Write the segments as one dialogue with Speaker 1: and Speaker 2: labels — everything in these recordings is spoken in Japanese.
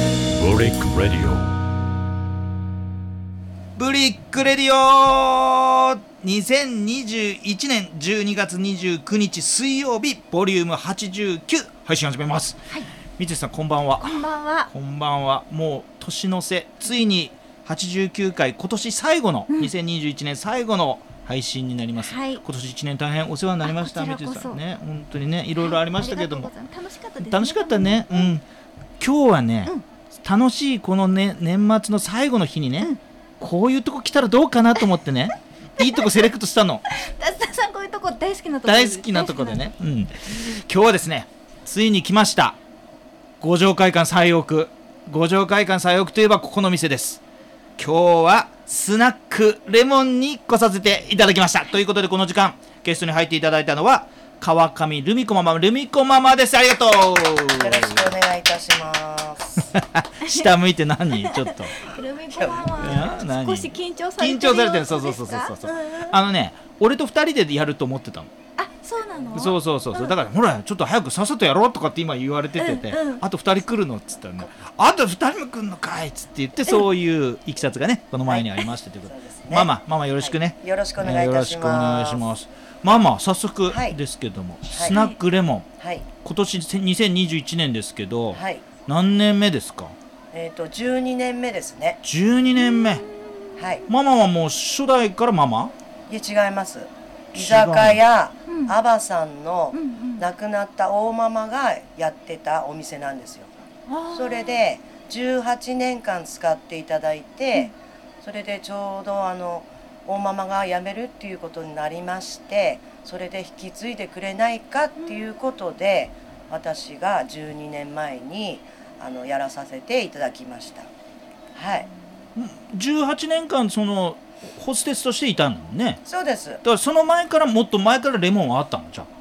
Speaker 1: リック・レディ
Speaker 2: ブリックレディオ2021年12月29日水曜日ボリューム89配信始めます、
Speaker 3: はい
Speaker 2: 三井さんこんばんは
Speaker 3: こんばんは。
Speaker 2: こんばんはもう年の瀬ついに89回今年最後の、2021年最後の配信になります、
Speaker 3: はい
Speaker 2: 今年1年大変お世話になりました
Speaker 3: あこ
Speaker 2: 三
Speaker 3: ち
Speaker 2: 井
Speaker 3: らこそ
Speaker 2: さんね本当にねいろいろありましたけども、
Speaker 3: ありがとうございます楽しかったです、ね。
Speaker 2: 楽しかったね、うん、今日はね、
Speaker 3: うん
Speaker 2: 楽しいこの、ね、年末の最後の日にね、
Speaker 3: うん
Speaker 2: こういうとこ来たらどうかなと思って ねいいとこセレクトしたの
Speaker 3: ダスタさんこういうとこ大好きなとこ
Speaker 2: 大好きなとこでね、うん、今日はですねついに来ました五条会館最奥五条会館最奥といえばここの店です今日はスナックレモンに来させていただきましたということでこの時間ゲストに入っていただいたのは川上ルミ子ママルミ子ママですありがとう
Speaker 4: よろしくお願いいたします。
Speaker 2: 下向いて何ちょっと
Speaker 3: 大好きな。ルミ子ママ
Speaker 2: いや何
Speaker 3: は少し緊張されて
Speaker 2: 緊
Speaker 3: る
Speaker 2: 張されてる
Speaker 3: 様子
Speaker 2: そうそうそうそうそう
Speaker 3: ですかんんあ
Speaker 2: あのね俺と二人でやると思ってたの
Speaker 3: そうなの。
Speaker 2: そうそうそうそう
Speaker 3: うん
Speaker 2: だからほらちょっと早くさっさとやろうとかって今言われててて、
Speaker 3: うんうん
Speaker 2: あと二人来るのっつったらねあと二人も来るのかいっつって言ってそういういきさつがねこの前にありましたということで、
Speaker 4: そうですね
Speaker 2: ママママよろしくね、
Speaker 4: はいよろしくお願いい
Speaker 2: えー
Speaker 4: たします
Speaker 2: よろしくお願いしますママ早速
Speaker 4: はい
Speaker 2: ですけども、スナックレモン
Speaker 4: はい、
Speaker 2: 今年2021年ですけど、
Speaker 4: はい、
Speaker 2: 何年目ですか
Speaker 4: えっ、と、12年目ですね。
Speaker 2: 12年目
Speaker 4: はい、
Speaker 2: ママはもう初代からママ
Speaker 4: いや違います。居酒屋、
Speaker 3: うん
Speaker 4: アバさんの
Speaker 3: うんうん。
Speaker 4: 亡くなった大ママがやってたお店なんですよ。
Speaker 3: あー
Speaker 4: それ。で、18年間使っていただいて、それでちょうどあの。大ママが辞めるっていうことになりましてそれで引き継いでくれないかっていうことで、私が12年前にあのやらさせていただきましたはい
Speaker 2: 18年間そのホステスとしていたのね
Speaker 4: そうです
Speaker 2: だからその前からもっと前からレモンはあったのじゃあ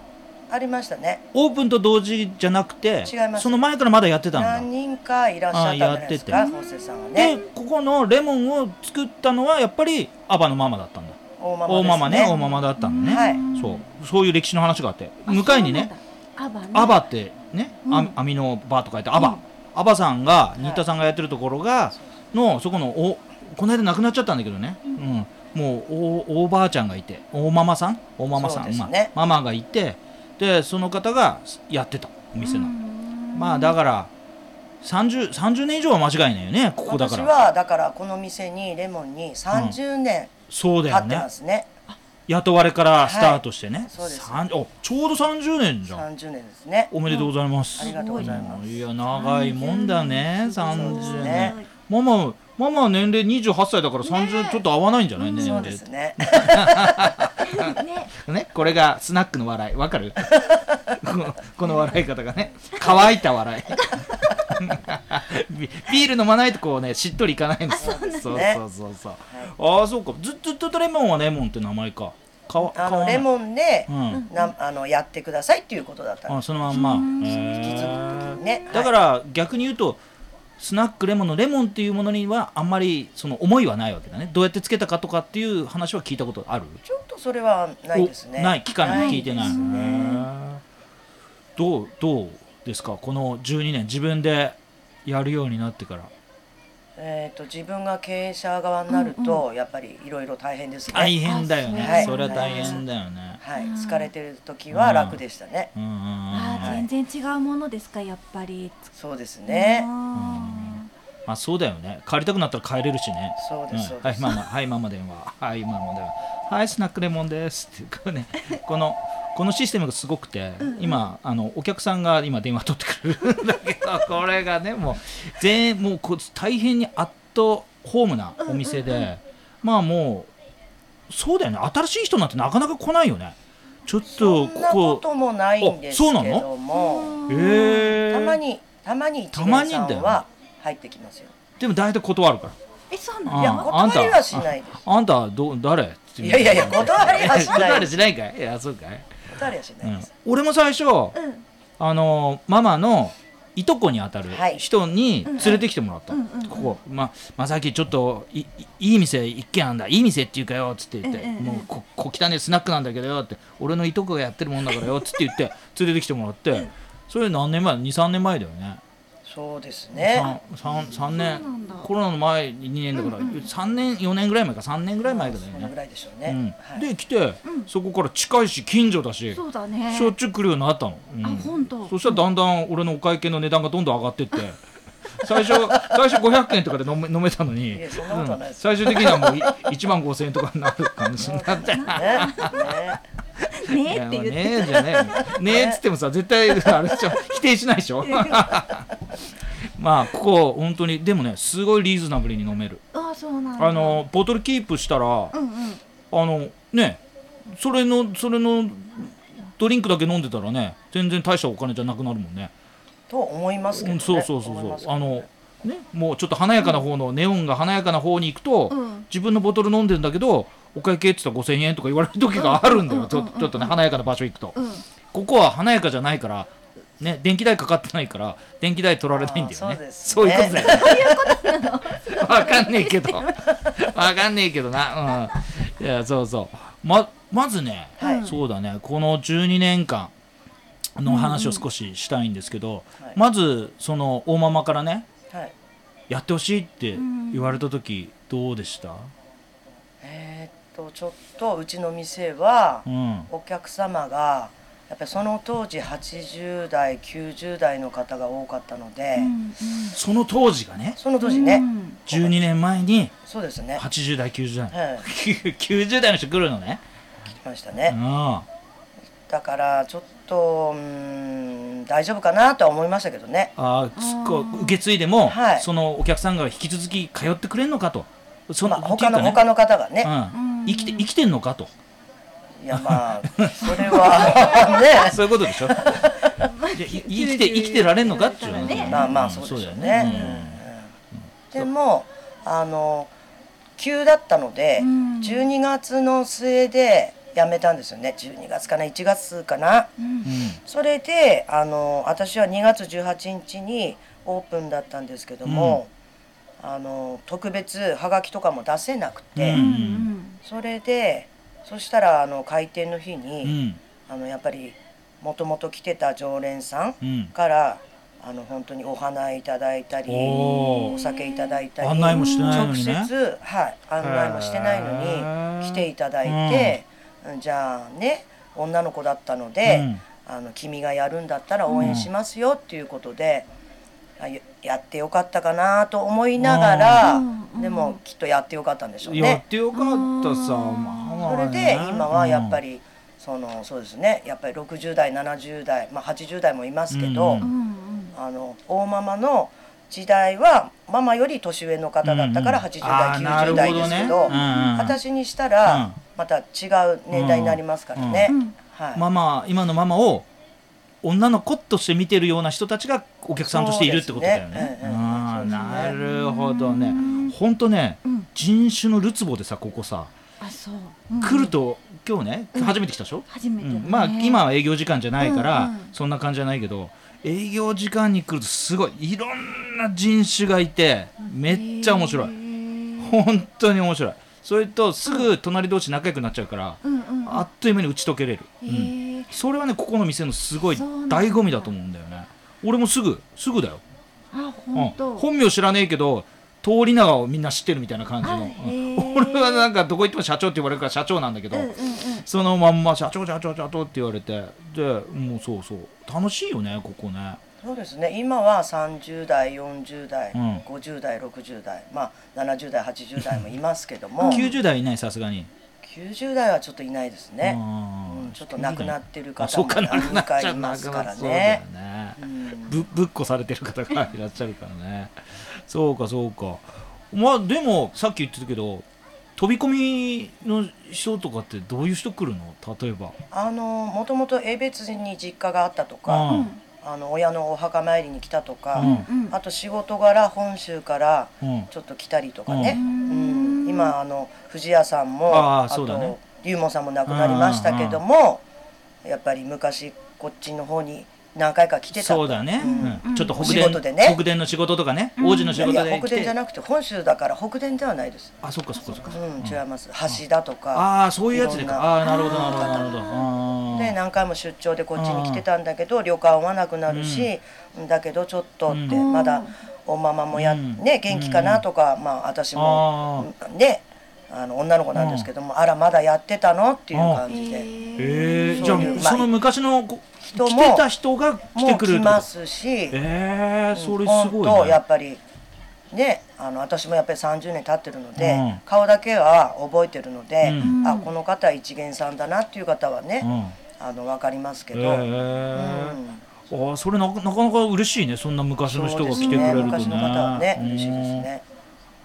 Speaker 4: ありましたね
Speaker 2: オープンと同時じゃなくて
Speaker 4: 違います
Speaker 2: その前からまだやってた
Speaker 4: 何
Speaker 2: んだ
Speaker 4: 人かいらっしゃったんじゃないです
Speaker 2: あや
Speaker 4: か
Speaker 2: って
Speaker 4: ホステスさんは
Speaker 2: で
Speaker 4: ね
Speaker 2: ここのレモンを作ったのはやっぱりアバのママだったんだ
Speaker 4: 大ママですね
Speaker 2: 大ママね大ママだったのね、
Speaker 4: はい
Speaker 2: そうそういう歴史の話があって
Speaker 3: あ
Speaker 2: 向かいにね。
Speaker 3: そうなんだアバね。
Speaker 2: アバってね、あ
Speaker 3: うん
Speaker 2: 網のバーと書いてアバ、
Speaker 3: うん
Speaker 2: アバさんが
Speaker 4: い
Speaker 2: 新田さんがやってるところがのそこのおこの間亡くなっちゃったんだけどね、うんもうおおばあちゃんがいて大ママさん大ママさ
Speaker 4: そ
Speaker 2: ん、
Speaker 4: うです
Speaker 2: ま
Speaker 4: ね
Speaker 2: ママがいてでその方がやってたお店の、まあだ
Speaker 3: が
Speaker 2: から30 30年以上は間違いないよねここだか
Speaker 4: 私
Speaker 2: ら
Speaker 4: はだからこの店にレモンに30年
Speaker 2: そうだよ
Speaker 4: 経って
Speaker 2: ね
Speaker 4: ますね
Speaker 2: 雇われからスタートしてね、
Speaker 4: そうです
Speaker 2: さんおちょうど30年じゃん
Speaker 4: 30年ですね
Speaker 2: おめでとうございます。
Speaker 4: うんありがとうございます
Speaker 2: いや長いもんだね、三
Speaker 4: そうです
Speaker 2: 十
Speaker 4: ね
Speaker 2: 年。ママママは年齢二十八歳だから三十
Speaker 3: ねえ
Speaker 2: ちょっと合わないんじゃない
Speaker 3: うん
Speaker 2: 年
Speaker 4: そう
Speaker 2: 齢
Speaker 4: ですね
Speaker 3: ね。
Speaker 2: ねこれがスナックの笑いわかる？このこの笑い方がね乾い た笑い。ビビール飲まないとこうねしっとりいかないんです。そうそう
Speaker 4: ね
Speaker 2: そうそうそう。ああそうかずずっとレモンはレモンって名前か。かわ
Speaker 4: あ
Speaker 2: 変わ
Speaker 4: の
Speaker 2: らない
Speaker 4: レモンで
Speaker 2: うん。
Speaker 4: なあのやってくださいっていうことだったん
Speaker 2: あ
Speaker 4: で
Speaker 2: そのまんま。
Speaker 3: うん
Speaker 2: へ
Speaker 4: す引き継ぐ
Speaker 2: ー
Speaker 4: 時にね
Speaker 2: だからら逆に言うとスナックレモンのレモンっていうものにはあんまりその思いはないわけだねどうやってつけたかとかっていう話は聞いたことある
Speaker 4: ちょっとそれはないですね
Speaker 2: おない聞かない
Speaker 3: ない
Speaker 2: 聞いてない
Speaker 3: ですね
Speaker 2: へーどうどうですかこの12年自分でやるようになってから
Speaker 4: えっと自分が経営者側になるとやっぱりいろいろ大変です
Speaker 2: 大
Speaker 4: ね
Speaker 2: 変だよね、
Speaker 4: あ
Speaker 2: そ
Speaker 4: そう
Speaker 2: れ
Speaker 4: な
Speaker 2: は
Speaker 4: んだ
Speaker 2: 大変だよね
Speaker 4: はい
Speaker 3: うん
Speaker 4: 疲れてる時は楽でしたね
Speaker 2: うんうんうん
Speaker 3: あ
Speaker 2: うん
Speaker 3: ー全然違うものですかやっぱり。
Speaker 4: そうですね
Speaker 3: あ
Speaker 2: まあそうだよね帰りたくなったら帰れるしね
Speaker 4: そうですそう
Speaker 2: は
Speaker 4: で
Speaker 2: い
Speaker 4: す
Speaker 2: ママはいママ電話はいママ電話はいスナックレモンですっていうこうねこのこのシステムがすごくて、今あのお客さんが今電話取ってくるんだけ どこれがねもう全もうこう大変にアットホームなお店で、まあもうそうだよね新しい人なんてなかなか来ないよねちょっと
Speaker 4: そ
Speaker 2: こ
Speaker 4: んなこ
Speaker 2: こと
Speaker 4: もないんですけ
Speaker 2: あそうな
Speaker 4: ど
Speaker 2: の
Speaker 4: も
Speaker 2: えー
Speaker 4: たまにたまに一
Speaker 2: たま
Speaker 4: 元
Speaker 2: に
Speaker 4: さ
Speaker 2: だよ
Speaker 4: んは入ってきますよ
Speaker 2: でも大体断るから
Speaker 3: えそうな
Speaker 2: あ
Speaker 3: の。
Speaker 4: いや
Speaker 2: あんた
Speaker 4: 断りはしないです
Speaker 2: あんたど誰って
Speaker 4: いやいやいや断りはしない
Speaker 2: 断りしないかいいやそうかい、
Speaker 4: 断りはし
Speaker 2: う
Speaker 4: ない
Speaker 2: ん
Speaker 4: です、
Speaker 2: 俺も最初、
Speaker 3: うん
Speaker 2: あのママのいとこにあたる
Speaker 4: はい
Speaker 2: 人に連れてきてもらった、
Speaker 3: うんうんうん
Speaker 2: ここままさきちょっといいいい店一軒あんだいい店っていうかよっつって言って、
Speaker 3: うんうんうん
Speaker 2: もうここ汚ねスナックなんだけどよって俺のいとこがやってるもんだからよっつって言って連れてきてもらってそれ何年前23年前だよね
Speaker 4: そうですね。
Speaker 2: 三三三年
Speaker 3: そうなんだ
Speaker 2: コロナの前に2年だから、
Speaker 3: うんうん
Speaker 2: 三年四年ぐらい前か三年ぐらい前だよ
Speaker 4: そのぐ
Speaker 2: ね。
Speaker 4: らいでしょう
Speaker 2: う
Speaker 4: ね
Speaker 2: ん。
Speaker 4: はい
Speaker 2: で来て、
Speaker 3: うん
Speaker 2: そこから近いし近所だし
Speaker 3: そうだね
Speaker 2: しょっちゅう来るようになったの、うん
Speaker 3: あ本当
Speaker 2: そしたらだんだん俺のお会計の値段がどんどん上がってって最初最初500円とかで飲め飲めたのに
Speaker 4: いやそんなことはない
Speaker 2: うん
Speaker 4: です
Speaker 2: 最終的にはもうい1万5000円とかになる感じになって。
Speaker 4: ね。ね。
Speaker 3: ね
Speaker 2: い
Speaker 3: えって
Speaker 2: や
Speaker 3: 言って
Speaker 2: ねえじゃねえよねえっつってもさ絶対あれでしょ否定しないでしょ まあここ本当にでもねすごいリーズナブルに飲める
Speaker 3: あそうなんだ
Speaker 2: あのボトルキープしたらあ
Speaker 3: うんうん
Speaker 2: のねそれのそれのドリンクだけ飲んでたらね全然大したお金じゃなくなるもんね
Speaker 4: と思いますけ
Speaker 2: う
Speaker 4: どね。
Speaker 2: ん、そうそうそう
Speaker 4: 思
Speaker 2: そ
Speaker 4: いま
Speaker 2: う
Speaker 4: すけど
Speaker 2: あ
Speaker 4: ね
Speaker 2: のねもうちょっと華やかな方の、ネオンが華やかな方に行くと、
Speaker 3: うん
Speaker 2: 自分のボトル飲んでるんだけどお会計って言ったら5000円とか言われる時があるんだよ、
Speaker 3: うん
Speaker 2: ちょ
Speaker 3: うんうんうん
Speaker 2: ちょっとね華やかな場所行くと、
Speaker 3: うん
Speaker 2: ここは華やかじゃないからね電気代かかってないから電気代取られないんだよ
Speaker 4: あー
Speaker 2: ね
Speaker 4: そうですね
Speaker 2: そういうことだよねわかんねえけどわかんねえけどなうんいやそうそうままずね、
Speaker 4: はい
Speaker 2: そうだねこの12年間の話を少ししたいんですけど、
Speaker 4: はい
Speaker 2: まずその大ママからね
Speaker 4: はい。
Speaker 2: やってほしいって言われた時どうでした、
Speaker 4: えーっとちょっとうちの店は
Speaker 2: うん
Speaker 4: お客様がやっぱりその当時80代90代の方が多かったので、
Speaker 2: その当時がね
Speaker 4: その当時ね、
Speaker 3: うん
Speaker 2: 12年前に
Speaker 4: そうですね。は
Speaker 2: 80代90代
Speaker 4: い。
Speaker 2: 90代の人来るのね
Speaker 4: 来ました
Speaker 2: う
Speaker 4: ね。
Speaker 2: ん
Speaker 4: だからちょっとうーん大丈夫かなとは思いましたけどね。
Speaker 2: あーすっごい
Speaker 3: あー
Speaker 2: 受け継いでも、
Speaker 4: はい
Speaker 2: そのお客さんが引き続き通ってくれんのかとそ
Speaker 4: まあ他の、
Speaker 2: っていうか
Speaker 4: 他の方がね、
Speaker 2: うん
Speaker 3: うん
Speaker 2: 生きて生きてんのか と
Speaker 4: いやまあそれはね。
Speaker 2: そういうことでしょい やい生きて生きてられんのかっていう
Speaker 3: ね
Speaker 2: ん
Speaker 4: まあまあそうです
Speaker 2: そ
Speaker 4: よね。
Speaker 2: う
Speaker 4: う
Speaker 2: だ
Speaker 4: ん
Speaker 2: よ
Speaker 4: でもあの急だったので、
Speaker 3: うん
Speaker 4: 12月の末で辞めたんですよね12月かな1月かな
Speaker 3: うん
Speaker 4: それであの私は2月18日にオープンだったんですけども、あの特別はがきとかも出せなくて、
Speaker 2: う
Speaker 3: うんん
Speaker 4: それでそしたらあの開店の日
Speaker 2: うんう
Speaker 4: に、
Speaker 2: ん
Speaker 4: あのやっぱりもともと来てた常連さん
Speaker 2: うん
Speaker 4: からあの本当にお花いただいたり
Speaker 2: おー
Speaker 4: お酒いただいたり
Speaker 2: 案内もしてないの
Speaker 4: 直
Speaker 2: に
Speaker 4: 接、
Speaker 2: ね
Speaker 4: はい、案内もしてないのに来ていただいて、うんじゃあね女の子だったので、あの君がやるんだったら応援しますよっていうことで、あややってよかったかなと思いながら、
Speaker 3: うんうん
Speaker 4: でもきっとやってよかったんでしょ
Speaker 2: う、
Speaker 4: うん
Speaker 2: やっ
Speaker 4: ね。
Speaker 2: てよかったさ、
Speaker 3: うん
Speaker 2: まあ
Speaker 4: それで
Speaker 2: ね
Speaker 4: 今はやっぱ
Speaker 2: うん
Speaker 4: り、そのそうですねやっぱり60代70代、まあ、80代もいますけど。
Speaker 2: うん
Speaker 3: うんうん
Speaker 4: あの大ママの時代はママより年上の方だったから
Speaker 2: うんうん
Speaker 4: 80代、
Speaker 2: あー
Speaker 4: 90代ですけ
Speaker 2: な
Speaker 4: ど
Speaker 2: るほどねうんうん
Speaker 4: 私にした
Speaker 2: うん
Speaker 4: らまた違う年代になりますからね、
Speaker 3: うんうん
Speaker 4: はい、
Speaker 2: ママ今のママを女の子として見てるような人たちがお客さんとしているってことだよ
Speaker 4: そうで
Speaker 2: ね。
Speaker 4: す
Speaker 2: あ
Speaker 4: ねうんうん
Speaker 2: あな
Speaker 4: そう
Speaker 2: るほどね。本当ね
Speaker 3: うん
Speaker 2: 人種のるつぼでさここさ
Speaker 3: あそううん
Speaker 2: 来ると今日ね初めて来たでしょ。
Speaker 3: 初めてだね
Speaker 2: うんまあ今は営業時間じゃないから
Speaker 3: うんうん
Speaker 2: そんな感じじゃないけど営業時間に来るとすごいいろんな人種がいてめっちゃ面白
Speaker 3: へ
Speaker 2: い。
Speaker 3: ー
Speaker 2: 本当に面白い。それとすぐ隣同士仲良くなっちゃうから
Speaker 3: うんうんうん
Speaker 2: あっという間に打ち解けれる。
Speaker 3: へ
Speaker 2: うん
Speaker 3: ー
Speaker 2: それはねここの店のすごい
Speaker 3: そうなんだ
Speaker 2: 醍醐味だと思うんだよね俺もすぐすぐだよ、
Speaker 3: あ
Speaker 2: うん
Speaker 3: 本当
Speaker 2: 本名知らねえけど通り長をみんな知ってるみたいな感じの、
Speaker 3: あへ
Speaker 2: う
Speaker 3: え
Speaker 2: ん 俺はなんかどこ行っても社長って言われるから社長なんだけど、
Speaker 3: うんうんうん
Speaker 2: そのまんま社長社長社長って言われてでもうそうそう楽しいよねここね
Speaker 4: そうですね今は30代40代、
Speaker 2: うん
Speaker 4: 50代60代まあ70代80代もいますけども
Speaker 2: 90代いないさすがに
Speaker 4: 90代はちょっといないですね、
Speaker 2: あ
Speaker 4: うんちょっと亡くなってる
Speaker 2: あ
Speaker 4: 方
Speaker 2: そ
Speaker 4: も
Speaker 2: うかなくな
Speaker 4: 何
Speaker 2: っ
Speaker 4: か
Speaker 2: ちゃ
Speaker 4: いうますから
Speaker 2: そうだよ
Speaker 4: ね。
Speaker 2: ね
Speaker 4: うん
Speaker 2: ぶぶっこされてる方がいらっしゃるからねそうかそうかまあでもさっき言ってたけど飛び込みの人とかってどういう人来るの例えば
Speaker 4: あのもともと江別に実家があったとか、
Speaker 2: うん
Speaker 4: あの親のお墓参りに来たとか、
Speaker 2: うん
Speaker 3: うん
Speaker 4: あと仕事柄本州から
Speaker 2: うん
Speaker 4: ちょっと来たりとかね、
Speaker 2: う
Speaker 3: うん
Speaker 4: うん今あの藤谷さんも
Speaker 2: ああ
Speaker 4: あ
Speaker 2: そうだね
Speaker 4: と龍門さんも亡くなりましたけども、やっぱり昔こっちの方に何回か来てた
Speaker 2: そうだね、
Speaker 4: う
Speaker 2: うんちょっと北
Speaker 4: 仕事
Speaker 2: 電
Speaker 4: でね
Speaker 2: 北電の仕事とかね、
Speaker 3: うん
Speaker 2: 王子の仕
Speaker 4: い
Speaker 2: 事
Speaker 4: やい
Speaker 2: で
Speaker 4: や
Speaker 2: 来
Speaker 4: 北
Speaker 2: て
Speaker 4: 電じゃなくて本州だから北電ではないです、
Speaker 2: あそっかそっかそっか
Speaker 4: うん、違います橋田とか
Speaker 2: ああそういうやつで
Speaker 4: いろ
Speaker 2: か
Speaker 4: んな
Speaker 2: ああーなるほどなるほどなるほどあーうん
Speaker 4: で何回も出張でこっちに来てたんだけど旅館はなくなるし、だけどちょっとっ
Speaker 2: う
Speaker 4: て、
Speaker 2: ん
Speaker 4: まだおママもや、
Speaker 2: うん
Speaker 4: ね元気かなとか、まあ私も
Speaker 2: あー
Speaker 4: ねあの女の子なんですけども、あらまだやってたのっていう感じで、
Speaker 2: え
Speaker 3: え
Speaker 2: ー、
Speaker 4: そう
Speaker 2: じゃ
Speaker 4: いう
Speaker 2: あその昔のこ
Speaker 4: 人も
Speaker 2: 来てた人が来てくれる
Speaker 4: もう来
Speaker 2: ってこと
Speaker 4: ますし、
Speaker 2: えー、それ
Speaker 4: うん
Speaker 2: すごい
Speaker 4: 本当や
Speaker 2: ね
Speaker 4: っぱりねあの私もやっぱり30年経ってるので、
Speaker 2: うん
Speaker 4: 顔だけは覚えてるので、
Speaker 2: うん
Speaker 4: あこの方は一元さんだなっていう方はね、
Speaker 2: うん
Speaker 4: あの分かりますけ
Speaker 2: え
Speaker 4: ど、
Speaker 2: ー
Speaker 4: うん
Speaker 2: ああそれななかなか嬉しいねそんな昔の人が来てくれるとね
Speaker 4: 昔の方はね嬉しいです
Speaker 2: うん
Speaker 4: ね。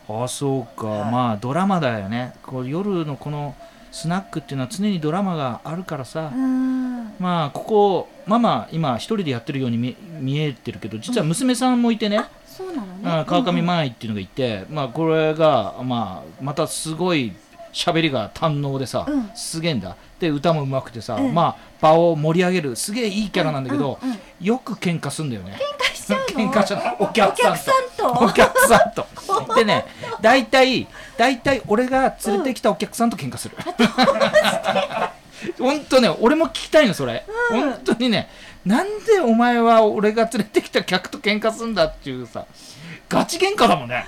Speaker 2: ああそうか、
Speaker 4: はい
Speaker 2: まあドラマだよねこう夜のこのスナックっていうのは常にドラマがあるからさ、
Speaker 3: うん
Speaker 2: まあここママ今一人でやってるように見見えてるけど実は娘さんもいてね、
Speaker 3: そうなのね
Speaker 2: うん、川上
Speaker 3: うん
Speaker 2: 舞っていうのがいて、まあこれが、まあ、またすごい喋りが堪能でさ、
Speaker 3: うん
Speaker 2: すげえんだで歌もうまくてさ、
Speaker 3: うん
Speaker 2: まあ場を盛り上げるすげえいいキャラなんだけど、
Speaker 3: うんうんうん
Speaker 2: よく喧嘩すんだよね。
Speaker 3: 喧嘩しちゃうの
Speaker 2: 喧嘩しちゃうお客さんと
Speaker 3: お
Speaker 2: お
Speaker 3: 客さんと
Speaker 2: 客さんと。でね、大体、大体俺が連れてきたお客さんと喧嘩する。本当ね、俺も聞きたいの、それ。
Speaker 3: うん
Speaker 2: 本当にね、なんでお前は俺が連れてきた客と喧嘩すんだっていうさ、ガチ喧嘩だもんね。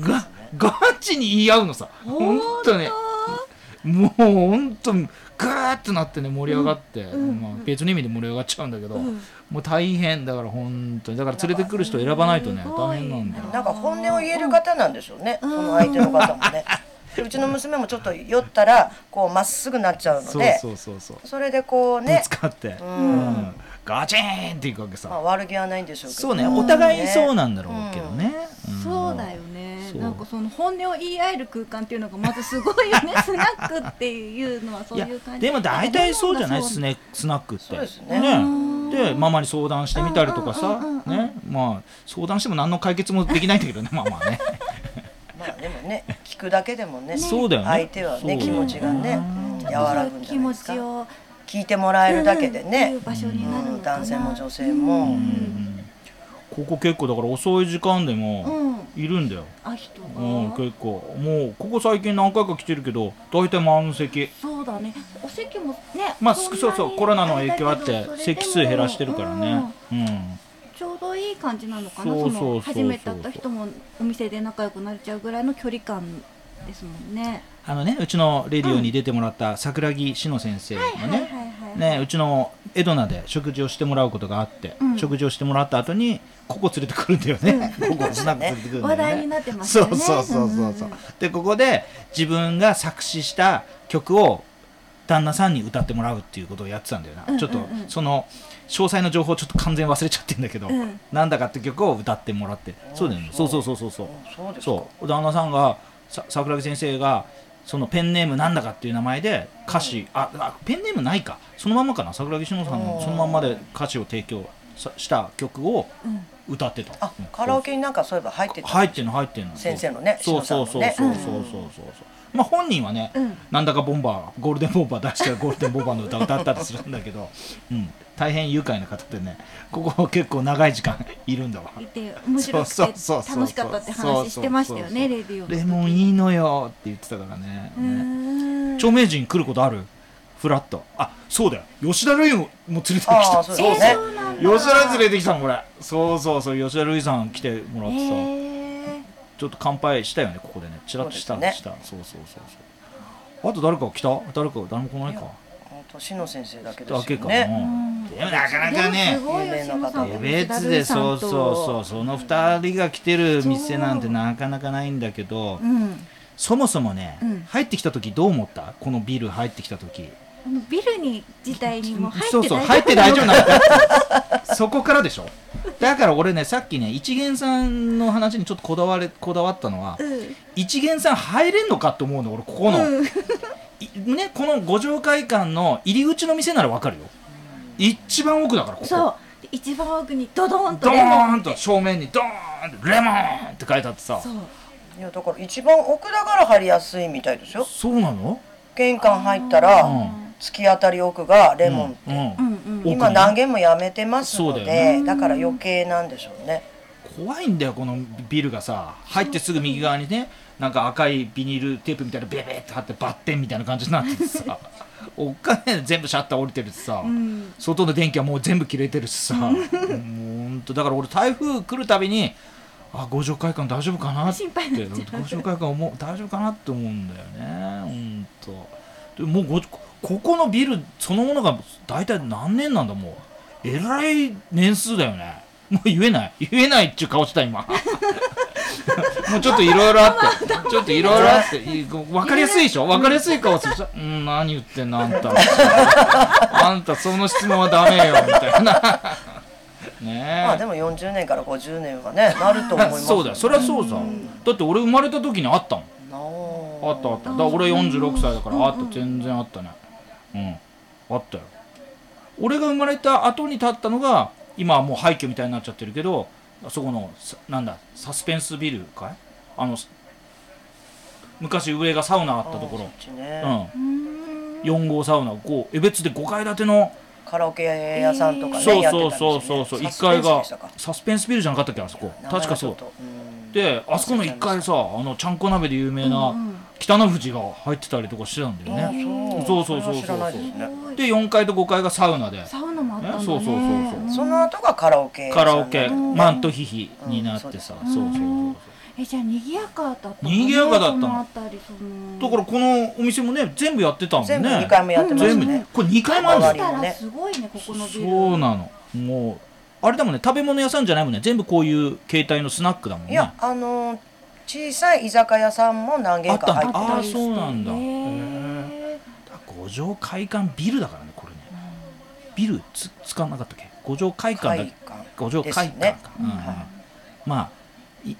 Speaker 2: がガチに言い合うのさ。本当に。もう本当にガーってなってね盛り上がって、
Speaker 3: うんうん
Speaker 2: まあ、別の意味で盛り上がっちゃうんだけど、
Speaker 3: うん
Speaker 2: もう大変だから本当にだから連れてくる人選ばないとね
Speaker 3: すご
Speaker 2: 大
Speaker 3: い
Speaker 2: 変なんだよ
Speaker 4: なんか本音を言える方なんでしょうね、その相手の方もね。でうちの娘もちょっと酔ったらこうまっすぐなっちゃうので
Speaker 2: そうそうそうそう
Speaker 4: それでこう
Speaker 2: ぶ
Speaker 4: ね
Speaker 2: つ、かって、うんんガチーンっていくわけ
Speaker 4: まあ、
Speaker 2: さ
Speaker 4: 悪気はないんでしょうけど
Speaker 2: そうねお互いそう
Speaker 4: ね
Speaker 2: なんだろうけどね、ん
Speaker 3: そうだよね
Speaker 2: そう
Speaker 3: なんかその本音を言い合える空間っていうのがまずすごいよねスナックっていうのはそう
Speaker 2: いや
Speaker 3: いう感じ
Speaker 2: でも大体そうじゃないス
Speaker 3: ね
Speaker 2: ネスナックって
Speaker 4: そうですね
Speaker 3: うん
Speaker 2: でママに相談してみたりとかさ
Speaker 3: うんうんうんうん
Speaker 2: ねまあ相談しても何の解決もできないんだけどねまあまあね
Speaker 4: まあでもね聞くだけでも ね
Speaker 2: そうだよね
Speaker 4: 相手は
Speaker 2: そうだ
Speaker 4: ね
Speaker 2: よね
Speaker 4: 気持ちがね、うん和らぐんじ
Speaker 3: 気
Speaker 4: ゃない
Speaker 3: 持
Speaker 4: ですか
Speaker 3: ちを
Speaker 4: 聞いてもらえるだけで
Speaker 3: うんうん
Speaker 4: ね
Speaker 3: っ、ていう場所になるのかな
Speaker 4: 男性も女性も
Speaker 3: うん
Speaker 2: ここ結構だから遅い時間でも
Speaker 3: うん
Speaker 2: いるんだよ、
Speaker 3: あ人が
Speaker 2: うん、結構もうここ最近何回か来てるけど大体満席
Speaker 3: そうだねお席もね
Speaker 2: まあ
Speaker 3: ん
Speaker 2: そ
Speaker 3: なに
Speaker 2: うそうコロナの影響あっ
Speaker 3: れだけ
Speaker 2: て
Speaker 3: どそれでも
Speaker 2: 席数減らしてるからねうん、
Speaker 3: うんちょうどいい感じなのかな
Speaker 2: そうそうそ
Speaker 3: そ
Speaker 2: うそう
Speaker 3: の初めて会った人もお店で仲良くなれちゃうぐらいの距離感ですもんね
Speaker 2: あのねうちのレディオに出てもらった桜木志乃先生が
Speaker 3: はいはい
Speaker 2: ね
Speaker 3: はいはい
Speaker 2: ね、うちのエドナで食事をしてもらうことがあって、
Speaker 3: うん
Speaker 2: 食事をしてもらった後にここ連れてくるんだよね、ここスナック連れてくるんだよね
Speaker 3: 話題になってましたよね
Speaker 2: そうそうそうそうそう、
Speaker 3: んんん
Speaker 2: でここで自分が作詞した曲を旦那さんに歌ってもらうっていうことをやってたんだよな、
Speaker 3: うんうんうん
Speaker 2: ちょっとその詳細の情報ちょっと完全忘れちゃってんだけど、
Speaker 3: うん
Speaker 2: なんだかって曲を歌ってもらって、そうだよねそうそうそうそうそう
Speaker 4: うんそうですか
Speaker 2: そう旦那さんがさ桜木先生がそのペンネームなんだかっていう名前で歌詞、ああペンネームないかそのまんまかな桜木志乃さんのそのまんまで歌詞を提供さした曲を歌ってた、
Speaker 4: あ
Speaker 2: うん
Speaker 4: カラオケになんかそういえば入ってた
Speaker 2: 入ってんの入ってんの
Speaker 4: 先生のね
Speaker 2: そうそう
Speaker 4: 篠
Speaker 2: そう
Speaker 4: 田
Speaker 2: そう
Speaker 4: さん
Speaker 2: そ
Speaker 4: の
Speaker 2: う
Speaker 4: ね
Speaker 2: そうそうそうまあ本人はね、
Speaker 3: うん
Speaker 2: なんだかボンバーゴールデンボンバー出したらゴールデンボンバーの歌を歌ったりするんだけど、うん、大変愉快な方でねここ結構長い時間いるんだわ
Speaker 3: いて面白くて
Speaker 2: そうそうそうそう
Speaker 3: 楽しかったって話してましたよね
Speaker 2: そう
Speaker 3: レディオ
Speaker 2: レモンいいのよって言ってたからね
Speaker 3: う
Speaker 2: ね
Speaker 3: ーん
Speaker 2: 著名人来ることあるフラットあそうだよ吉田類も連れてきた
Speaker 4: あーそう
Speaker 2: そう
Speaker 4: で
Speaker 2: そ
Speaker 4: すね
Speaker 2: う
Speaker 3: そうなんだ
Speaker 2: 吉田類連れてきたのこれそうそうそう吉田類さん来てもらってさ、
Speaker 3: へー
Speaker 2: ちょっと乾杯したよねここでねチラッとした
Speaker 4: そうですね
Speaker 2: したそうそうそうそうあと誰か来た誰か誰も来ないか
Speaker 4: 本当篠先生だけで
Speaker 2: だ
Speaker 4: す
Speaker 2: け
Speaker 4: よ
Speaker 2: かな、
Speaker 4: ね。
Speaker 3: ん
Speaker 2: でもなかなか
Speaker 3: でもす
Speaker 2: ね
Speaker 3: ごいよ志野さん
Speaker 4: 有名な
Speaker 3: と
Speaker 4: 方
Speaker 2: 別でそうそうそうその2人が来てる店なんてなかなかないんだけど
Speaker 3: うん
Speaker 2: そもそもね、
Speaker 3: うん
Speaker 2: 入ってきた時どう思ったこのビル入ってきた時
Speaker 3: あのビルに自体にも入って
Speaker 2: そうそう入って大丈夫なの そこからでしょだから俺ねさっきね一元さんの話にちょっとこだわれこだわったのは、
Speaker 3: うん
Speaker 2: 一元さん入れんのかって思うの俺ここの、
Speaker 3: うん
Speaker 2: いね、この五条会館の入り口の店ならわかるよ一番奥だからここ
Speaker 3: そうで一番奥にドドンと
Speaker 2: ド
Speaker 3: ね
Speaker 2: ーンと正面にドーンとレモンって書いてあってさ
Speaker 3: そう
Speaker 4: いやだから一番奥だから入りやすいみたいですよ。
Speaker 2: そうなの
Speaker 4: 玄関入ったら、
Speaker 2: うん
Speaker 4: 突き当たり奥がレモンって、
Speaker 2: うんうん
Speaker 3: うんうん
Speaker 2: 奥
Speaker 4: 今
Speaker 2: ね
Speaker 4: 何軒もやめてますの
Speaker 2: そう
Speaker 4: で
Speaker 2: だよ
Speaker 4: だから余計なんでしょうね
Speaker 2: こ怖いんだよこのビルがさ入ってすぐ右側にねなんか赤いビニールテープみたいなベベって貼ってバッテンみたいな感じになってて さおっかねえ全部シャッター降りてるしさ、
Speaker 3: うん
Speaker 2: 外の電気はもう全部切れてるしさもうほんとだから俺台風来るたびにあ五条会館大丈夫かなって
Speaker 3: 心配になっちゃう
Speaker 2: 五条会館思う大丈夫かなって思うんだよねほんとでもうごここのビルそのものが大体何年なんだもうえらい年数だよねもう言えない言えないっちゅう顔した 今もうちょっといろいろあってちょっといろいろあってい分かりやすいでしょ分かりやすい顔するしうん何言ってんのあんたあんたその質問はダメよみたい なねえ
Speaker 4: まあでも40年から50年はねなると思います、ね、
Speaker 2: そうだよそれはそうさだって俺生まれた時にあったもん
Speaker 4: なあ
Speaker 2: あったあっただから俺46歳だからあった全然あったねうんあったよ俺が生まれた後に立ったのが今はもう廃墟みたいになっちゃってるけどあそこのさなんだサスペンスビルかいあの昔上がサウナあったとこ
Speaker 4: あーそ
Speaker 2: ろ
Speaker 4: っちね
Speaker 2: う
Speaker 3: うん
Speaker 2: 4
Speaker 3: ん
Speaker 2: 号サウナこう江別で5階建ての
Speaker 4: カラオケ屋さんとかね、
Speaker 2: そう
Speaker 4: やってた
Speaker 2: そ
Speaker 4: ん
Speaker 2: う
Speaker 4: です
Speaker 2: そ
Speaker 4: よ
Speaker 2: う
Speaker 4: ね
Speaker 2: そうそう
Speaker 4: サ
Speaker 2: 1
Speaker 4: スペ
Speaker 2: 階
Speaker 4: ンスで
Speaker 2: が
Speaker 4: したか
Speaker 2: サスペンスビルじゃなかったっけあそこ
Speaker 4: 名前
Speaker 2: 確か
Speaker 4: が
Speaker 2: そ
Speaker 4: ちょ
Speaker 2: う
Speaker 4: っとん
Speaker 2: であそこの1階さあのちゃんこ鍋で有名
Speaker 3: う
Speaker 2: なん
Speaker 3: うん
Speaker 2: 北の富士が入ってたりとかしてたんだよ
Speaker 4: あ
Speaker 2: ね、
Speaker 4: ー
Speaker 2: そ
Speaker 4: そうう
Speaker 2: そうそうそう
Speaker 4: れは知らないです
Speaker 3: す
Speaker 4: ね
Speaker 3: ごい
Speaker 2: で4階と5階がサウナで
Speaker 3: サウナもあったん
Speaker 2: ね
Speaker 3: だね
Speaker 2: そうそうそうそう
Speaker 3: うん
Speaker 4: その後がカラオケ屋さ
Speaker 2: カ
Speaker 4: んな
Speaker 2: ラ
Speaker 4: ん
Speaker 2: オ
Speaker 4: だ
Speaker 2: ケ
Speaker 3: ん
Speaker 2: マントヒヒになってさ、
Speaker 3: うん
Speaker 2: そうそうそう
Speaker 3: うんえじゃあ賑やかだったかな
Speaker 2: 賑やかだったの
Speaker 3: そのあたりその
Speaker 2: そうだからこのお店もね全部やってたもんね
Speaker 4: 全部2回もやってます
Speaker 2: 全部
Speaker 4: ね、
Speaker 2: これ2階もある
Speaker 3: そ
Speaker 2: ん
Speaker 3: し
Speaker 2: だよ
Speaker 3: たらすごいねここのビル
Speaker 2: そうなのもうあれだもんね食べ物屋さんじゃないもんね全部こういう携帯のスナックだもんね
Speaker 4: いやあのー小さい居酒屋さんも何軒か入
Speaker 2: あ
Speaker 4: っ
Speaker 2: ってたん
Speaker 4: る
Speaker 2: だあーそうなんだ
Speaker 3: へ
Speaker 2: へ五条会館ビルだからねこれねビルつ使わなかったっけ五条会館だっ
Speaker 4: 会
Speaker 2: け
Speaker 4: 館
Speaker 2: 五条会館か、
Speaker 4: ですね
Speaker 2: うんうん
Speaker 4: は
Speaker 2: まあ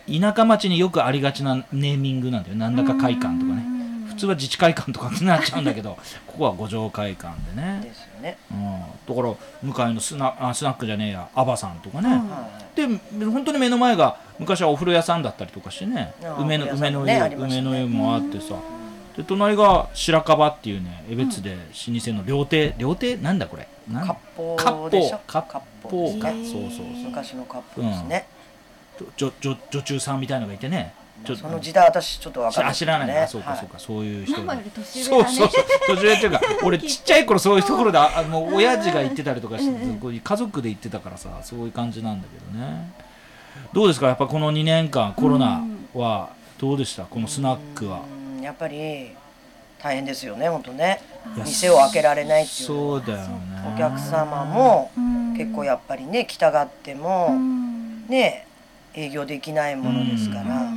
Speaker 2: い田舎町によくありがちなネーミングなんだよなんだか会館とかね普通は自治会館とかになっちゃうんだけど ここは五条会館で
Speaker 4: で
Speaker 2: ね、
Speaker 4: すよね、
Speaker 2: うん、だから向かいのスナあスナックじゃねえやアバさんとかね、
Speaker 3: うん
Speaker 4: はい
Speaker 2: で本当に目の前が昔はお風呂屋さんだったりとかしてね
Speaker 4: ああ
Speaker 2: 梅の
Speaker 4: お風
Speaker 2: 梅の
Speaker 4: 呂
Speaker 2: 湯、
Speaker 4: 屋さんねありましたね
Speaker 2: 梅の湯もあってさで隣が白樺っていうね江別で老舗の料亭料亭なんだこれなん
Speaker 4: 割
Speaker 2: 割
Speaker 4: 烹
Speaker 2: 烹割
Speaker 4: でしょです
Speaker 2: 烹か
Speaker 4: か
Speaker 3: へえ
Speaker 2: そうそう
Speaker 4: 昔の割烹ですね、
Speaker 2: そう女女女中さんみたいのがいてねちょ
Speaker 4: その時代私ちょっと分かんな
Speaker 2: あ
Speaker 4: いです
Speaker 2: 知
Speaker 4: ね
Speaker 2: らないな、そうかそう
Speaker 4: は
Speaker 2: か、そういう人
Speaker 3: ママより年上
Speaker 2: そう
Speaker 3: だね
Speaker 2: そうそう年上っていう か俺ちっちゃい頃そういうところであもう親父が行ってたりとかして
Speaker 3: うんうん
Speaker 2: こういう家族で行ってたからさそういう感じなんだけどねどうですかやっぱこの2年間コロナはどうでした、このスナックは
Speaker 4: う、んやっぱり大変ですよね本当ね
Speaker 2: いや
Speaker 4: 店を開けられないっていうのは
Speaker 2: そうだよね
Speaker 4: お客様も
Speaker 3: うん
Speaker 4: 結構やっぱりね来たがって
Speaker 3: う
Speaker 4: も
Speaker 3: ん
Speaker 4: ね営業できないものですか
Speaker 3: う
Speaker 4: ら
Speaker 3: ん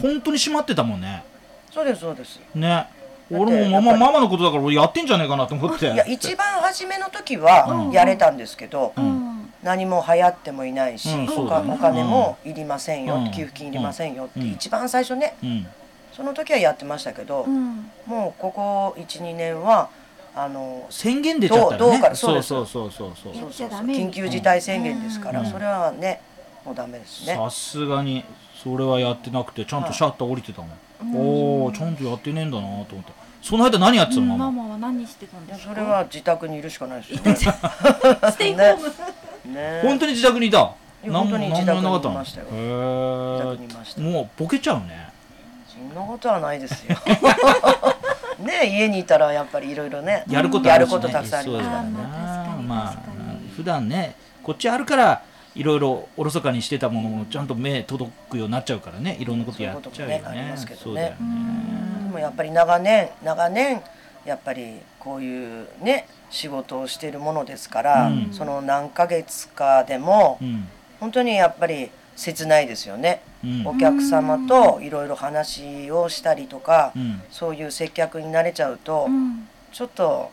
Speaker 2: 本当に閉まってたもんね
Speaker 4: そうですそうです
Speaker 2: ね
Speaker 4: て
Speaker 2: 俺もママ
Speaker 4: やっぱり
Speaker 2: ママのことだから俺やってんじゃねえかなと思って
Speaker 4: いや一番初めの時は
Speaker 2: うん
Speaker 4: やれたんですけど
Speaker 2: うん
Speaker 4: 何も流行ってもいないし
Speaker 2: うん
Speaker 3: そう
Speaker 4: お
Speaker 3: だね
Speaker 4: 金もいりません
Speaker 2: う
Speaker 4: よ
Speaker 2: ん
Speaker 4: 給付金いりませんよって
Speaker 2: うん
Speaker 4: 一番最初ね
Speaker 2: うん
Speaker 4: その時はやってましたけど
Speaker 3: うん
Speaker 4: もうここ12年はあの
Speaker 2: 宣言出ちゃったよね
Speaker 4: どうから
Speaker 2: そ
Speaker 4: そう
Speaker 2: そ
Speaker 4: うそうう
Speaker 2: そうそうそう
Speaker 3: やっちゃダメ
Speaker 4: 緊急事態宣言ですから
Speaker 2: うん
Speaker 4: それはねもうダメですね
Speaker 2: さすがにそれはやってなくてちゃんとシャッター降りてたもん、おおちゃんとやってねえんだなと思ったその間何やってたのママ
Speaker 3: ママは何してたんですか
Speaker 4: そ れは自宅にいるしかないですよね
Speaker 3: ステイホーム
Speaker 4: ね
Speaker 2: 本当に自宅にいた
Speaker 4: いや
Speaker 2: 何
Speaker 4: 本当に
Speaker 2: 何
Speaker 4: 自宅にいましたよ
Speaker 2: へ
Speaker 4: 自宅にいました
Speaker 2: えもうボケちゃうね
Speaker 4: そんなことはないですよ。 ね家にいたらやっぱりいろいろね
Speaker 2: やること
Speaker 4: や
Speaker 2: ある
Speaker 4: る
Speaker 2: し、ね、
Speaker 4: ことたくさんあり
Speaker 2: そう
Speaker 4: ま
Speaker 2: だ
Speaker 4: すか
Speaker 2: よ
Speaker 4: ら
Speaker 2: な
Speaker 4: ね。
Speaker 2: ま
Speaker 3: あーまあ確
Speaker 2: あ
Speaker 3: かに確かに
Speaker 2: 普段ねこっちあるからいろいろおろそかにしてたものもちゃんと目届くようになっちゃうからねいろんなことやっちゃうよ
Speaker 4: そういうこともねあり
Speaker 2: ね
Speaker 4: ますけどね
Speaker 2: そうだよね
Speaker 4: でもやっぱり長年長年やっぱりこういうね仕事をしているものですから、
Speaker 2: うん
Speaker 4: その何ヶ月かでも
Speaker 2: うん
Speaker 4: 本当にやっぱり切ないですよね。
Speaker 2: うん
Speaker 4: お客様といろいろ話をしたりとか、
Speaker 2: うん
Speaker 4: そういう接客に慣れちゃうと、
Speaker 3: うん
Speaker 4: ちょっと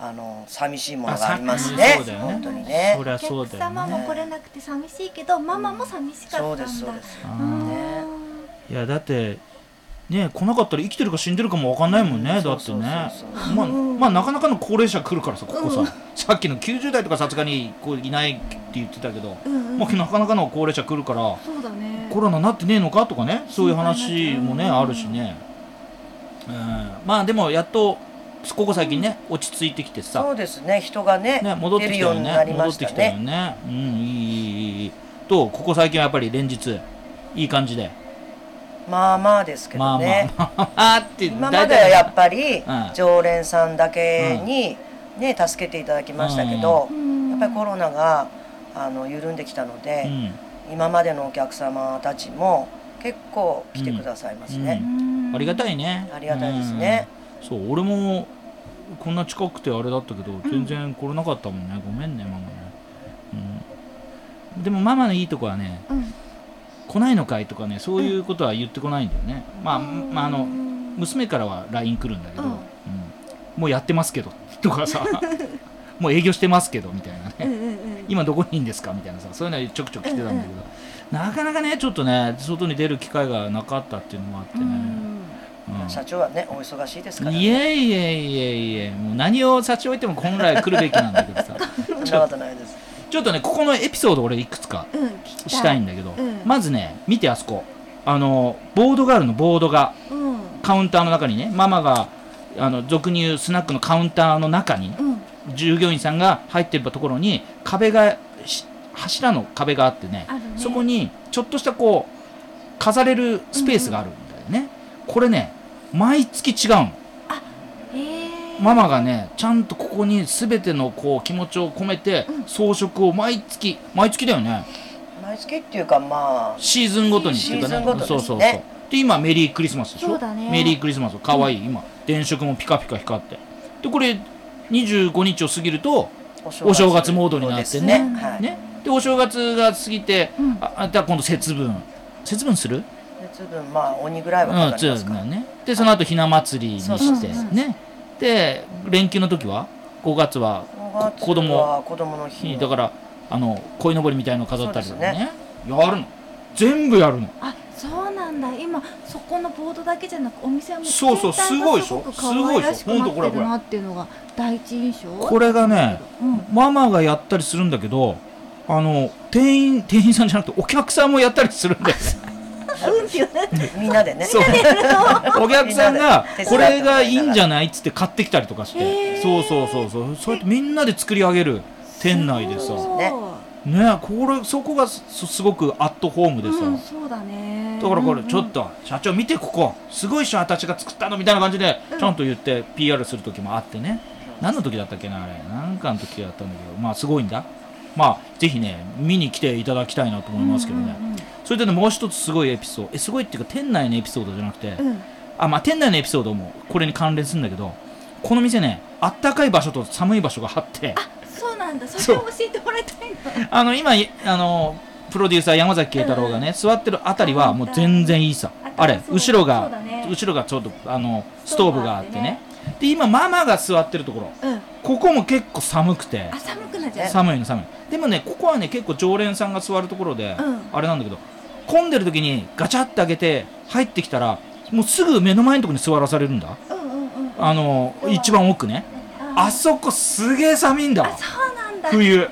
Speaker 4: あの寂しいものがあります
Speaker 2: あ
Speaker 4: ね。
Speaker 2: 寂しいそうだよね
Speaker 4: 本当にね。
Speaker 2: そりゃそ
Speaker 3: お
Speaker 2: う
Speaker 3: 客
Speaker 2: だよ
Speaker 3: 様
Speaker 2: ね
Speaker 3: も来れなくて寂しいけどママも寂しか
Speaker 4: そう
Speaker 3: った
Speaker 4: で
Speaker 3: ん
Speaker 4: すそう
Speaker 3: だ
Speaker 4: です。
Speaker 2: あ
Speaker 3: う
Speaker 2: ー
Speaker 3: ん
Speaker 4: ね
Speaker 2: いやだってね来なかったら生きてるか死んでるかもわかんないもんね、だ
Speaker 4: うん
Speaker 2: ってね
Speaker 4: そうそう
Speaker 2: まあ、
Speaker 3: うん
Speaker 2: まあなかなかの高齢者来るからさここさ、さっきの90代とかさすがにこういないって言ってたけど、
Speaker 3: うんうん
Speaker 2: まあ、なかなかの高齢者来るから
Speaker 3: そうだね
Speaker 2: コロナなってねえのかとかねそういう話もね
Speaker 3: 心配になっちゃう
Speaker 2: あるしね、うん、まあでもやっとここ最近ね落ち着いてきてさ
Speaker 4: そうですね人がね
Speaker 2: ね、戻って
Speaker 4: 出
Speaker 2: き
Speaker 4: る
Speaker 2: た
Speaker 4: よ
Speaker 2: よ
Speaker 4: うに
Speaker 2: ね
Speaker 4: なりま
Speaker 2: 戻っ
Speaker 4: してた
Speaker 2: きたよ
Speaker 4: ね
Speaker 2: ねうんいいいいいいどうここ最近はやっぱり連日いい感じで、
Speaker 4: まあまあですけ
Speaker 2: ま
Speaker 4: ど
Speaker 2: あま
Speaker 4: ね、
Speaker 2: あまあまあって
Speaker 4: 今まではやっぱり
Speaker 2: うん
Speaker 4: 常連さんだけに、ね助けていただきましたけど、やっぱりコロナがあの緩んできたので、
Speaker 2: うん
Speaker 4: 今までのお客様たちも結構来てくださいますね。
Speaker 3: うん
Speaker 2: ありがたいね
Speaker 4: ありがたいですね、
Speaker 2: うんそう俺もこんな近くてあれだったけど全然来れなかったもんねごめんねママね、うん、でもママのいいとこはね
Speaker 3: うん
Speaker 2: 来ないのかいとかねそういうことは言ってこないんだよね、まあ、まああの娘からは LINE 来るんだけど、
Speaker 3: うん
Speaker 2: うんもうやってますけどとか さもう営業してますけどみたいなね、
Speaker 3: うんうんうん
Speaker 2: 今どこにいんですかみたいなさそういうのはちょくちょく来てたんだけど、なかなかねちょっとね外に出る機会がなかったっていうのもあって
Speaker 3: う
Speaker 2: ね、
Speaker 3: ん
Speaker 2: うん
Speaker 4: 社長はねお忙しいですから、ね、
Speaker 2: いえいえいえいえもう何を差し置いても本来来るべきなんだけど さ
Speaker 4: そんなことないです。
Speaker 2: ちょっとねここのエピソード俺いくつか
Speaker 3: うん聞き
Speaker 2: したいんだけど、
Speaker 3: うん
Speaker 2: まずね見てあそこあのボードがあるのボードが
Speaker 3: うん
Speaker 2: カウンターの中にねママがあの俗に言うスナックのカウンターの中に
Speaker 3: うん
Speaker 2: 従業員さんが入ってるところに壁がし柱の壁があってね
Speaker 3: あるね
Speaker 2: そこにちょっとしたこう飾れるスペースがあるんだよね、これね毎月違うの
Speaker 3: へえ
Speaker 2: ママがねちゃんとここに全てのこう気持ちを込めて
Speaker 3: うん
Speaker 2: 装飾を毎月毎月だよね
Speaker 4: 毎月っていうかまあ
Speaker 2: シーズンごとにって
Speaker 4: シ
Speaker 2: い
Speaker 4: ー
Speaker 2: うか
Speaker 4: ズンごとです
Speaker 2: そ
Speaker 4: ね
Speaker 2: うそうそうで今メリークリスマスでしょ
Speaker 3: そうだね
Speaker 2: メリークリスマスかわいい、今電飾もピカピカ光ってでこれ25日を過ぎると
Speaker 4: お正
Speaker 2: お正月モードになっ
Speaker 4: で
Speaker 2: て
Speaker 4: す
Speaker 2: ね
Speaker 4: ね。はい。
Speaker 2: ねでお正月が過ぎて、
Speaker 3: うん
Speaker 2: ああじゃあ今度節分節分する
Speaker 4: 節分まあ鬼ぐらいは
Speaker 2: う
Speaker 4: か
Speaker 2: ん
Speaker 4: か
Speaker 2: そう
Speaker 4: りま
Speaker 2: です
Speaker 4: すから。
Speaker 2: ねでその後ひな祭りに
Speaker 4: そう
Speaker 2: し
Speaker 4: そう
Speaker 2: て
Speaker 3: そう
Speaker 2: ねで連休の時は5月は
Speaker 4: お
Speaker 2: 子供
Speaker 4: は子供の日
Speaker 2: だからあの鯉のぼりみたいの飾ったりとかねやるの全部やるの
Speaker 3: あそうなんだ今そこのボードだけじゃなくお店も
Speaker 2: そうそう
Speaker 3: 全体
Speaker 2: すごいで
Speaker 3: が
Speaker 2: し
Speaker 3: す
Speaker 2: ょ
Speaker 3: ごく可愛らし
Speaker 2: す
Speaker 3: く
Speaker 2: ごいでしょほん
Speaker 3: な
Speaker 2: と
Speaker 3: っ
Speaker 2: これ
Speaker 3: て
Speaker 2: こ
Speaker 3: る
Speaker 2: れ
Speaker 3: なっていうのが第一印象
Speaker 2: これがね
Speaker 3: うん
Speaker 2: ママがやったりするんだけどあの店員店員さんじゃなくてお客さんもやったりする んだよ
Speaker 3: うんって言われて
Speaker 4: みんなでね。
Speaker 2: そうお客さんが
Speaker 4: みんなで手伝ってもらいながら
Speaker 2: これがいいんじゃないっつって買ってきたりとかし
Speaker 3: へ
Speaker 2: て
Speaker 3: ー
Speaker 2: そうそうそうそうそうやってみんなで作り上げる店内でさ
Speaker 3: そう
Speaker 4: ね
Speaker 2: ねこれそこがすすごくアットホームでさ、
Speaker 3: うんそうだね
Speaker 2: だからこれ
Speaker 3: うん
Speaker 2: ちょっと社長見てここすごい人たちが作ったのみたいな感じで
Speaker 3: うん
Speaker 2: ちゃんと言って PR する時もあってね何の時だったっけなあれなんかの時だったんだけどまあすごいんだまあぜひね見に来ていただきたいなと思いますけどねそれでねもう一つすごいエピソードえすごいっていうか店内のエピソードじゃなくて
Speaker 3: うんうんうん
Speaker 2: あまあ店内のエピソードもこれに関連するんだけどこの店ねあったかい場所と寒い場所があって
Speaker 3: そうなんだそ
Speaker 2: そう
Speaker 3: れを教えてもらいたいな
Speaker 2: あの今いあのプロデューサー山崎慶太郎がね、座ってるあたりはもう全然いいさ
Speaker 3: あ
Speaker 2: あれ
Speaker 3: そう
Speaker 2: 後ろ
Speaker 3: そう
Speaker 2: が、
Speaker 3: だね
Speaker 2: 後ろがちょうどあのストーブがあって
Speaker 3: ストーブがあ
Speaker 2: ね
Speaker 3: っ
Speaker 2: で今ママが座ってるところ
Speaker 3: うん
Speaker 2: ここも結構寒くて
Speaker 3: あ寒くなっちゃう
Speaker 2: 寒いの寒いでもねここはね結構常連さんが座るところで、
Speaker 3: うん
Speaker 2: あれなんだけど混んでる時にガチャって開けて入ってきたらもうすぐ目の前のところに座らされるんだ
Speaker 3: うんうんうん
Speaker 2: あの
Speaker 3: うん
Speaker 2: 一番奥ねあそこすげえ寒いんだわ
Speaker 3: あそうなんだ
Speaker 2: 冬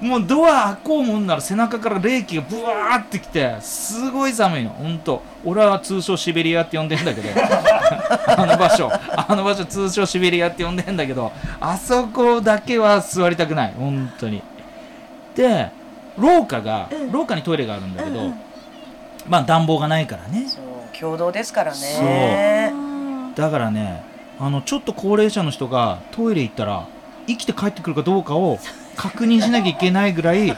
Speaker 2: もうドア開こうもんなら背中から冷気がブワーってきてすごい寒いのほんと俺は通称シベリアって呼んでん だけどあの場所あの場所通称シベリアって呼んでんだけどあそこだけは座りたくないほんとにで廊下が、
Speaker 3: うん
Speaker 2: 廊下にトイレがあるんだけど、
Speaker 3: うんうん
Speaker 2: まあ暖房がないからね
Speaker 4: そう共同ですから
Speaker 2: そ
Speaker 4: ね。
Speaker 3: あ
Speaker 2: だからねあのちょっと高齢者の人がトイレ行ったら生きて帰ってくるかどうかを確認しなきゃいけないぐらいいや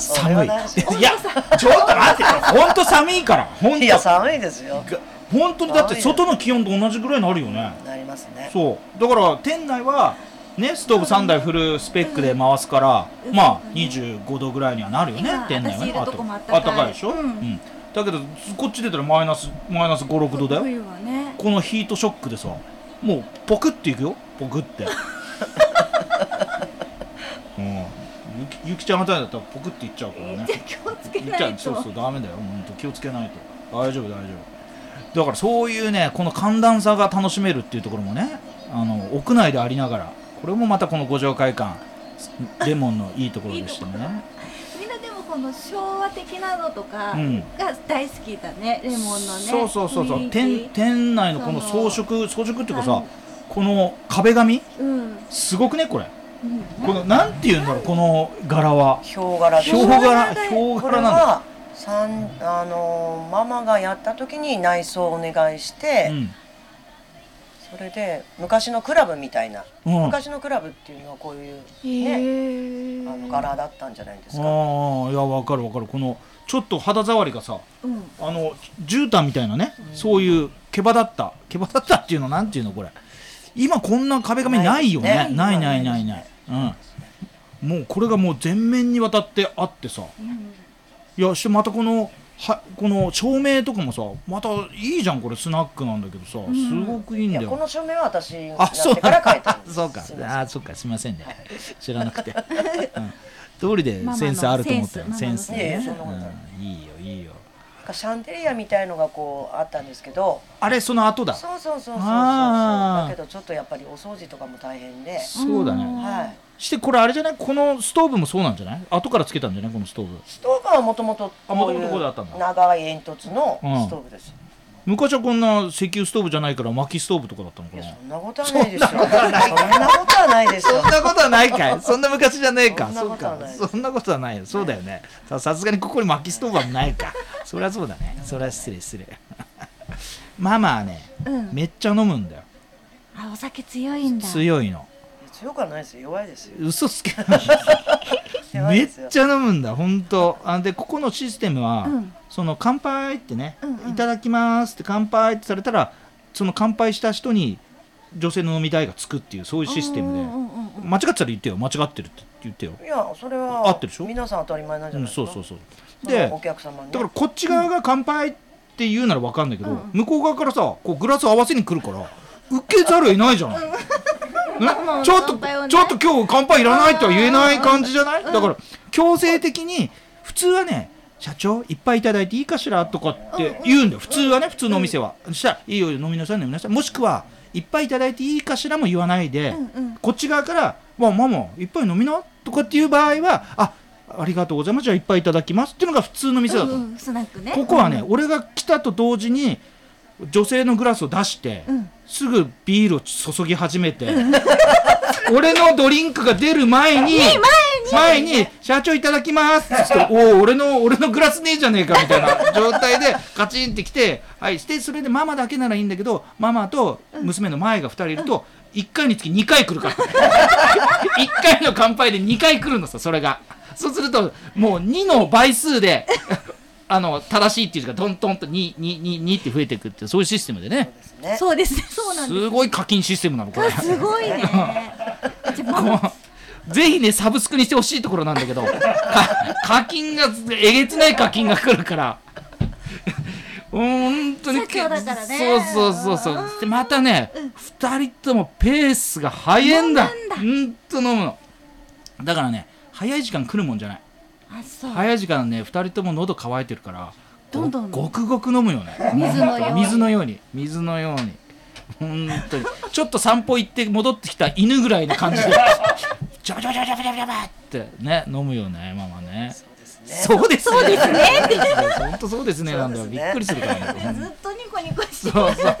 Speaker 4: それは大事
Speaker 2: ちょっと待って本当寒いから本
Speaker 4: いや
Speaker 2: 当
Speaker 4: 寒いですよ。
Speaker 2: 本当にだって外の気温と同じぐらいになるよね
Speaker 4: なりますね。
Speaker 2: そうだから店内はねストーブ3台フルスペックで回すから、
Speaker 3: うん
Speaker 2: ま
Speaker 3: う
Speaker 2: あ
Speaker 3: ん
Speaker 2: 25度ぐらいにはなるよね
Speaker 3: 今
Speaker 2: 店内はね
Speaker 3: 私いるとこもあったか
Speaker 2: あ
Speaker 3: い
Speaker 2: ったかいでしょ、
Speaker 3: うん
Speaker 2: うんだけどこっち出たらマイナスマイナス56度だよ
Speaker 3: 冬はね
Speaker 2: このヒートショックでさもうポクっていくよポクって うんゆきゆきちゃんあたりだったらポクっていっちゃうからね
Speaker 3: じゃあ気をつけ
Speaker 2: ゆきち
Speaker 3: な
Speaker 2: ゃ
Speaker 3: い
Speaker 2: んそうそ
Speaker 3: と
Speaker 2: うダメだよ本当気をつけないと大丈夫大丈夫だからそういうねこの寒暖差が楽しめるっていうところもねあの屋内でありながらこれもまたこのご紹介感レモンのいいところでしたね
Speaker 3: みんなでもこの昭和的なのとか
Speaker 2: うん
Speaker 3: が大好きだねレモンのね
Speaker 2: そうそうそうそう
Speaker 3: 雰
Speaker 2: 店
Speaker 3: 囲気
Speaker 2: 店内のこの
Speaker 3: その
Speaker 2: 装飾装飾っていうか
Speaker 3: は
Speaker 2: さ
Speaker 3: い
Speaker 2: この壁紙
Speaker 3: うん
Speaker 2: すごくねこれこのなんて言うんだろうこの柄は
Speaker 4: ヒョウ柄です
Speaker 2: ヒョウ柄
Speaker 3: ヒ
Speaker 2: ヒ
Speaker 3: ョ
Speaker 2: ョウ
Speaker 4: これ
Speaker 2: 柄なん
Speaker 4: はさんあのママがやった時に内装をお願いし
Speaker 2: だ
Speaker 4: て、
Speaker 2: うん
Speaker 4: それで昔のクラブみたいな、
Speaker 2: うんあ
Speaker 4: 昔のクラブっていうのはこういう
Speaker 3: へ
Speaker 4: ね、あの柄だったんじゃないですか、
Speaker 2: あいやわかるわかるこのちょっと肌触りがさ
Speaker 3: うん
Speaker 2: あの絨毯みたいなね、そういう毛羽だった毛羽だったっていうのなんていうのこれ今こんな壁紙ないよね
Speaker 4: な
Speaker 2: ないい
Speaker 4: ですね
Speaker 2: ないないない、うん、もうこれがもう全面にわたってあってさ
Speaker 3: うん
Speaker 2: いやしてまたこのはこの照明とかもさまたいいじゃんこれスナックなんだけどさ、
Speaker 3: ん
Speaker 2: すごくいいん
Speaker 4: い
Speaker 2: だ
Speaker 4: やこ
Speaker 2: よ
Speaker 4: の照明は私や
Speaker 2: あそう
Speaker 4: ってから変えたんで す
Speaker 2: そうか
Speaker 4: すいません
Speaker 2: あそうかすみませんね知らなくて、うん、通りで
Speaker 3: ママの
Speaker 2: センスあると思ったよ
Speaker 3: セ
Speaker 2: セ
Speaker 3: ン
Speaker 2: ン
Speaker 3: ス
Speaker 2: ス
Speaker 4: ママ
Speaker 2: ね
Speaker 4: のセンスいやいやそんなことない
Speaker 2: うんいいよいいよ
Speaker 4: なんかシャンデリアみたいのがこうあったんですけど
Speaker 2: あれその後だ
Speaker 4: そうそうそうそうそう
Speaker 2: あ
Speaker 4: だ
Speaker 2: ー
Speaker 4: けどちょっとやっぱりお掃除とかも大変で、
Speaker 2: そうだね
Speaker 4: はい、
Speaker 2: してこれあれじゃないこのストーブもそうなんじゃない後からつけたんじゃないこのストーブ
Speaker 4: ストーブはもともと
Speaker 2: あ
Speaker 4: こ
Speaker 2: 元
Speaker 4: うい
Speaker 2: 々こうだったん
Speaker 4: う
Speaker 2: だ
Speaker 4: 長い煙突のストーブです、
Speaker 2: 昔はこんな石油ストーブじゃないから薪ストーブとかだったのか
Speaker 4: い
Speaker 2: な
Speaker 4: やそんなことはないですよそんな
Speaker 2: そん
Speaker 4: ことはないですよ
Speaker 2: なことはないか いそんな昔じゃねえか
Speaker 4: そんなことはない
Speaker 2: そうかそんなことはないよそうだよねささすがにここに薪ストーブはないかそりゃそうだねそりゃ失礼失礼 ママはね
Speaker 3: うん
Speaker 2: めっちゃ飲むんだよ
Speaker 3: あお酒強いんだ
Speaker 2: 強いの
Speaker 4: 強くはないですよ弱いですよ
Speaker 2: 嘘つけ
Speaker 4: 弱い
Speaker 2: めっ
Speaker 4: ですよ
Speaker 2: ちゃ飲むんだ本当あでここのシステムは、
Speaker 3: うん
Speaker 2: その乾杯ってね、
Speaker 3: うんうん
Speaker 2: いただきますって乾杯ってされたらその乾杯した人に女性の飲み代がつくっていうそういうシステムで、
Speaker 3: うんうんうんうん
Speaker 2: 間違ってたら言ってよ間違ってるって言ってよ、
Speaker 4: いやそれは
Speaker 2: 合ってるでしょ
Speaker 4: 皆さん当たり前なんじ
Speaker 2: う
Speaker 4: ゃ
Speaker 2: ん、
Speaker 4: ないです
Speaker 2: そ
Speaker 4: か、
Speaker 2: うそうそう
Speaker 4: その
Speaker 2: で
Speaker 4: お客様にね
Speaker 2: だからこっち側が乾杯って言うならわかんないけど、
Speaker 3: うん
Speaker 2: 向こう側からさこうグラス合わせに来るから受けざるを得ないじゃない、
Speaker 3: も
Speaker 2: ね、
Speaker 3: う
Speaker 2: ちょっと、
Speaker 3: 乾杯をね
Speaker 2: ちょっと今日乾杯いらないとは言えない感じじゃない、だから強制的に普通はね社長いっぱいいただいていいかしらとかって言うんだよ普通はね普通のお店は、そしたら「いいよ飲みなさい飲みなさい」もしくはいっぱいいただいていいかしらも言わないで、
Speaker 3: うんうん
Speaker 2: こっち側から「まあママいっぱい飲みな」とかっていう場合は「あありがとうございますじゃあいっぱいいただきます」っていうのが普通の店だと思う、
Speaker 3: うんうんスナックね
Speaker 2: ここはね、
Speaker 3: うん
Speaker 2: 俺が来たと同時に女性のグラスを出して、
Speaker 3: うん
Speaker 2: すぐビールを注ぎ始めて、俺のドリンクが出る前に前に社長いただきます」っつって「おお俺の俺のグラスねえじゃねえか」みたいな状態でカチンってきて、はい、してそれでママだけならいいんだけどママと娘の前が2人いると、1回につき2回来るから 1回の乾杯で2回来るのさそれが。そうするともう2の倍数で あの正しいっていうかどんどんと222って増えていくっていうそういうシステムでね
Speaker 4: ですね
Speaker 3: そうですねそうなんです
Speaker 2: すごい課金システムなのこれ
Speaker 3: あすごいねじゃあママ
Speaker 2: こう ぜひねサブスクにしてほしいところなんだけどか課金がえげつない課金が来るから本当に
Speaker 3: 社長だからね
Speaker 2: そうそうそうそうでまたね、二2人ともペースが早いんだ本当飲むのだからね早い時間来るもんじゃない
Speaker 3: あそう
Speaker 2: 早い時間ね2人とも喉乾いてるから
Speaker 3: どんどん
Speaker 2: ごごくごく飲むよね
Speaker 3: 水のように
Speaker 2: 水のように水のように本当にちょっと散歩行って戻ってきた犬ぐらいの感じでジャバジャバジャバジャバジャバってね飲むよねママね
Speaker 4: そうですね
Speaker 2: そうですねそうですね本当そうですねなんだよ、
Speaker 4: そうで
Speaker 2: び
Speaker 4: すね
Speaker 2: っくりするからね
Speaker 3: ずっとニコニコして
Speaker 2: そうそうそう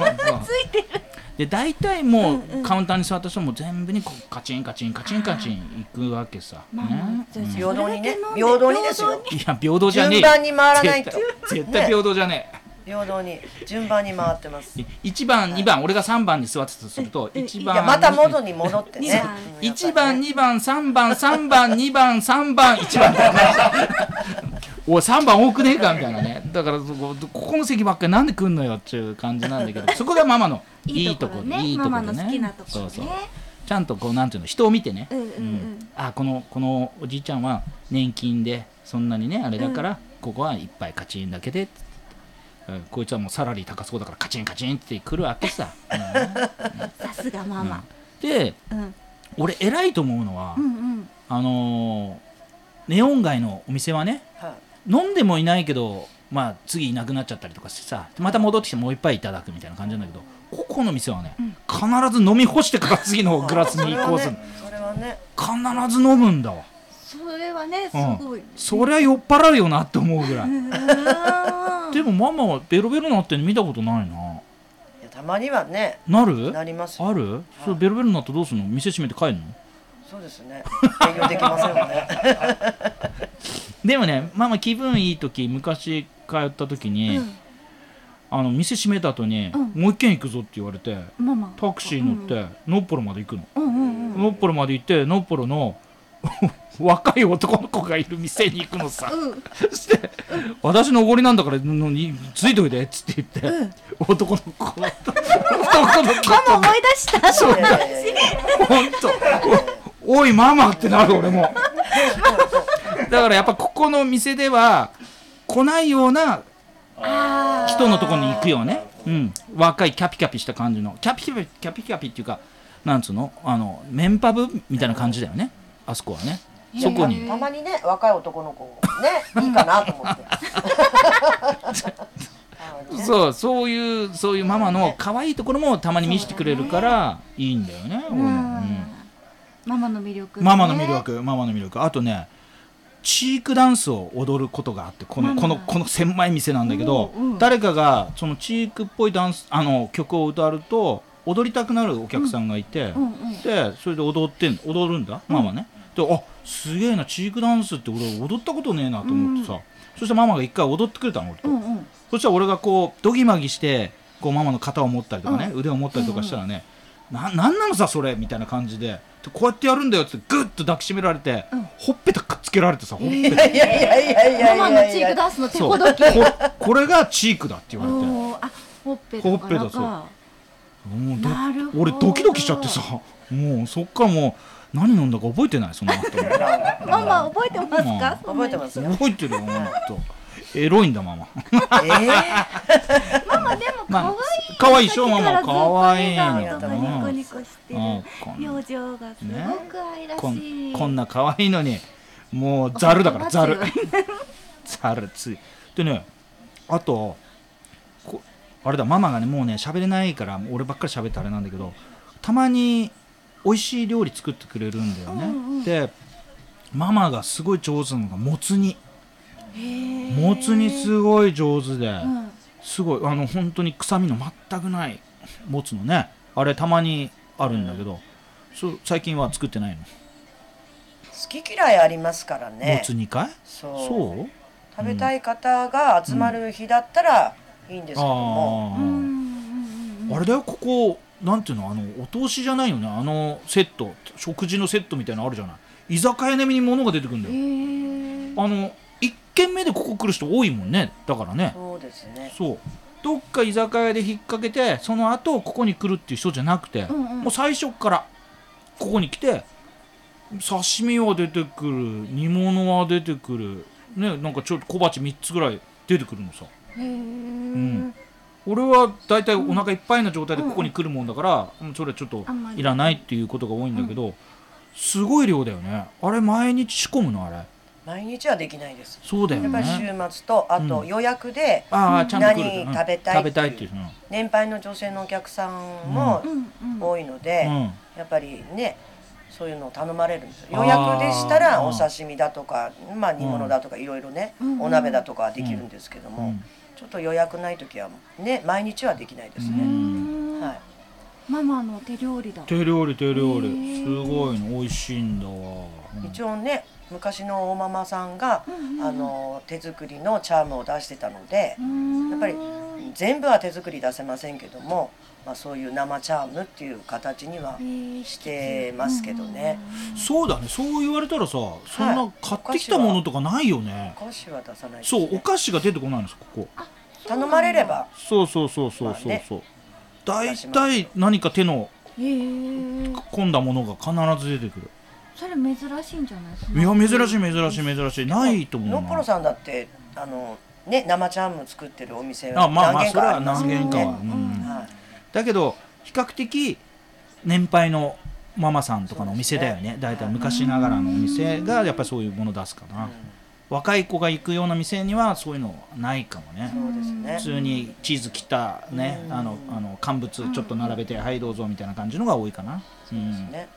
Speaker 3: ついてる
Speaker 2: で大体もうカウンターに座った人も全部にこうカチンカチンカチンカチン行くわけさ、
Speaker 3: まあまあ
Speaker 2: ね
Speaker 3: じゃあ
Speaker 2: うん
Speaker 4: 平等にね
Speaker 3: それだけ飲んで
Speaker 4: 平等にです
Speaker 3: 平
Speaker 4: よ
Speaker 2: いや平等じゃねえ
Speaker 4: 順番に回らないと
Speaker 2: 絶対絶対平等じゃね
Speaker 4: 平等に順番に回ってます
Speaker 2: え
Speaker 4: い
Speaker 2: 1番2番俺が3番に座ってたとすると
Speaker 3: ええ
Speaker 2: 1
Speaker 4: や
Speaker 2: 番
Speaker 4: また元に戻っ てね
Speaker 2: 1番2番3番3番2番3番1番 おい3番多くねえかみたいなねだからそこここの席ばっかりなんで来んのよっていう感じなんだけどそこがママのい
Speaker 3: い
Speaker 2: い
Speaker 3: い
Speaker 2: と
Speaker 3: とこ
Speaker 2: こ
Speaker 3: ろね
Speaker 2: いいとこ
Speaker 3: マ
Speaker 2: で
Speaker 3: マの好きなところ
Speaker 2: そ
Speaker 3: ね
Speaker 2: うそうちゃんとこうなんていうの人を見てね、
Speaker 3: うんうんうん
Speaker 2: あこのこのおじいちゃんは年金でそんなにねあれだから、ここはいっぱいカチンだけで、うんこいつはもうサラリー高そうだからカチンカチンって来るわけさ、
Speaker 3: さすがマ
Speaker 2: うん
Speaker 3: マ
Speaker 2: で
Speaker 3: うん
Speaker 2: 俺偉いと思うのは、
Speaker 3: うんうん
Speaker 2: あのーネオン街のお店はね
Speaker 4: はい
Speaker 2: 飲んでもいないけどまあ次いなくなっちゃったりとかしてさまた戻ってきてもう一杯いただくみたいな感じなんだけどここの店はね、必ず飲み干してから次のグラスに移行するの
Speaker 4: それはね
Speaker 2: 必ず飲むんだわ、
Speaker 3: それはねす
Speaker 2: う
Speaker 3: ごい
Speaker 2: ん、そりゃ酔っ払うよなって思うぐらい、 で
Speaker 3: で
Speaker 2: もママはベロベロなってんの見たことないない
Speaker 4: やたまにはね
Speaker 2: なる
Speaker 4: なりますよ
Speaker 2: ある、それベロベロになってどうするの店閉めて帰るの
Speaker 4: そうですね。営業できませんもんね。
Speaker 2: でもねママ気分いい時昔通った時に、
Speaker 3: うん
Speaker 2: あの店閉めた後に、
Speaker 3: うん
Speaker 2: もう一軒行くぞって言われて
Speaker 3: ママ
Speaker 2: タクシー乗って、ノッポロまで行くの、
Speaker 3: うんうんうん
Speaker 2: ノッポロまで行ってノッポロの 若い男の子がいる店に行くのさ
Speaker 3: うん
Speaker 2: そして「私のおごりなんだからのについといで」っつって言って、
Speaker 3: うん
Speaker 2: 男の子男の子
Speaker 3: ママ思い出した
Speaker 4: いやいやいやいや
Speaker 2: 本当おおいママってなる俺もだからやっぱここの店では来ないような
Speaker 3: あー
Speaker 2: 人のところに行くよね、うん、若いキャピキャピした感じのキャピキャピキャピキャピっていうかなんつうのあのメンパブみたいな感じだよねあそこはねそこに
Speaker 4: たまにね、若い男の子ね、いいかなと思って。
Speaker 2: そうそういうそういうママの可愛いところもたまに見せてくれるからいいんだよね、俺
Speaker 3: う
Speaker 2: も
Speaker 3: んママの魅力
Speaker 2: うん
Speaker 3: ね
Speaker 2: ママの魅力ママの魅力あとねチークダンスを踊ることがあってこの
Speaker 3: ママ
Speaker 2: このこの狭い店なんだけど、
Speaker 3: うんうん
Speaker 2: 誰かがそのチークっぽいダンスあの曲を歌うと踊りたくなるお客さんがいて、
Speaker 3: うんうん
Speaker 2: でそれで踊ってん踊るんだママね、であすげえなチークダンスって俺踊ったことねえなと思ってさ、そしたらママが一回踊ってくれたの俺と、
Speaker 3: うんうん
Speaker 2: そしたら俺がこうドギマギしてこうママの肩を持ったりとかね、腕を持ったりとかしたらね、ななんなのさそれみたいな感じででこうやってやるんだよってグッと抱きしめられて、ほっぺたくっつけられてさほっぺ
Speaker 4: い
Speaker 2: た
Speaker 4: やいやいやいやいやいやいや。
Speaker 3: ママのチークダンスの手
Speaker 2: そう
Speaker 3: ほ
Speaker 2: こ
Speaker 3: どき
Speaker 2: これがチークだって言われても
Speaker 3: おーあほっぺとか
Speaker 2: ほっぺだそう
Speaker 3: か
Speaker 2: うど
Speaker 3: なるほど
Speaker 2: 俺ドキドキしちゃってさもうそっからもう何飲んだか覚えてないその後
Speaker 3: ママ覚えてますか
Speaker 4: 覚えてます。え
Speaker 2: 覚えてるよほんとエロいんだママ
Speaker 4: え
Speaker 3: ママでも可愛い
Speaker 2: 可愛いでしょママ
Speaker 3: さっきからずっと
Speaker 2: 可愛いん
Speaker 3: 笑
Speaker 2: だ
Speaker 3: 顔とかニコニコして
Speaker 2: う
Speaker 3: る
Speaker 2: んこん
Speaker 3: 表情がすごく愛ら
Speaker 2: こん
Speaker 3: しい
Speaker 2: こんな可愛いのにもうざるだからざる
Speaker 3: お腹立
Speaker 2: ざるついでねあとこあれだママがねもうね喋れないから俺ばっかり喋ってあれなんだけどたまに美味しい料理作ってくれるんだよね、
Speaker 3: うんうん
Speaker 2: でママがすごい上手なのがもつ煮
Speaker 3: へー
Speaker 2: もつ煮すごい上手で、
Speaker 3: うん
Speaker 2: すごいあの本当に臭みの全くないもつのねあれたまにあるんだけど、そう最近は作ってないの
Speaker 4: 好き嫌いありますから
Speaker 2: も
Speaker 4: ね。
Speaker 2: つ煮かい
Speaker 4: そう。
Speaker 2: そう
Speaker 4: 食べたい方が集まる日だったらいいんですけども。
Speaker 2: あ
Speaker 3: うんうんうんうん
Speaker 2: ああれだよここなんていうのあのお通しじゃないよねあのセット食事のセットみたいなのあるじゃない居酒屋並みに物が出てくるんだ
Speaker 3: へ
Speaker 2: よ
Speaker 3: ー
Speaker 2: あの1軒目でここ来る人多いもんねだからね
Speaker 4: そうですね。
Speaker 2: そうどっか居酒屋で引っ掛けてその後ここに来るっていう人じゃなくて、
Speaker 3: んうん
Speaker 2: もう最初からここに来て刺身は出てくる煮物は出てくるねなんかちょっと小鉢3つぐらい出てくるのさ
Speaker 3: へー
Speaker 2: ん俺は大体お腹いっぱいな状態でここに来るもんだから、うんそれはちょっと
Speaker 3: あんまり
Speaker 2: いらないっていうことが多いんだけど、すごい量だよねあれ毎日仕込むのあれ
Speaker 4: 毎日はできないです。
Speaker 2: そうだよ
Speaker 4: やっぱり週
Speaker 2: ね
Speaker 4: 末とあと予約で
Speaker 2: ああちゃんと来る
Speaker 4: 何食べたい
Speaker 2: うん食べたいっていうの
Speaker 4: 年配の女性のお客さんも
Speaker 3: うんうん
Speaker 4: 多いので、
Speaker 2: うん
Speaker 4: やっぱりねそういうのを頼まれるんですよ予約でしたら
Speaker 2: あー
Speaker 4: お刺身だとかまあ煮物だとかいろいろね、
Speaker 3: うん
Speaker 4: お鍋だとかはできるんですけども、
Speaker 2: うん
Speaker 4: ちょっと予約ない時はね毎日はできないです
Speaker 3: う
Speaker 4: ね、
Speaker 3: ん
Speaker 4: はい、
Speaker 3: ママの手料理だ
Speaker 2: 手料理手料
Speaker 3: へ
Speaker 2: 理
Speaker 3: ー
Speaker 2: すごいの美味しいんだわ、うん
Speaker 4: 一応ね昔の大ママさんが、
Speaker 3: うんうん
Speaker 4: あの手作りのチャームを出してたので
Speaker 3: う、ん
Speaker 4: やっぱり全部は手作り出せませんけども、まあ、そういう生チャームっていう形には
Speaker 3: へー
Speaker 4: してますけどね、
Speaker 2: そうだねそう言われたらさそんな買ってきたものとかないよね、
Speaker 4: お菓子は出さないです
Speaker 2: そうお菓子が出てこないんですここ
Speaker 4: 頼まれれば
Speaker 2: そうそうそうそうそうそう、大体何か手の
Speaker 3: へえ
Speaker 2: 込んだものが必ず出てくる
Speaker 3: それ珍しいんじゃないですか
Speaker 2: いや珍しい珍しい珍しいないと思うな
Speaker 4: ノッポロさんだってあのね生チャーム作ってるお店
Speaker 2: あまあまあ
Speaker 4: 何軒かりす
Speaker 2: それは何
Speaker 4: もん
Speaker 2: 軒か
Speaker 4: ね
Speaker 2: はうん
Speaker 4: はい
Speaker 2: だけど比較的年配のママさんとかのお店だよね
Speaker 4: そうですね
Speaker 2: 大体昔ながらのお店がやっぱりそういうもの出すかな、若い子が行くような店にはそういうのないかもね、
Speaker 4: そうですね
Speaker 2: 普通にチーズ切ったね、
Speaker 4: うん
Speaker 2: あのあの乾物ちょっと並べて、はいどうぞみたいな感じのが多いかな、うん、だ
Speaker 4: ね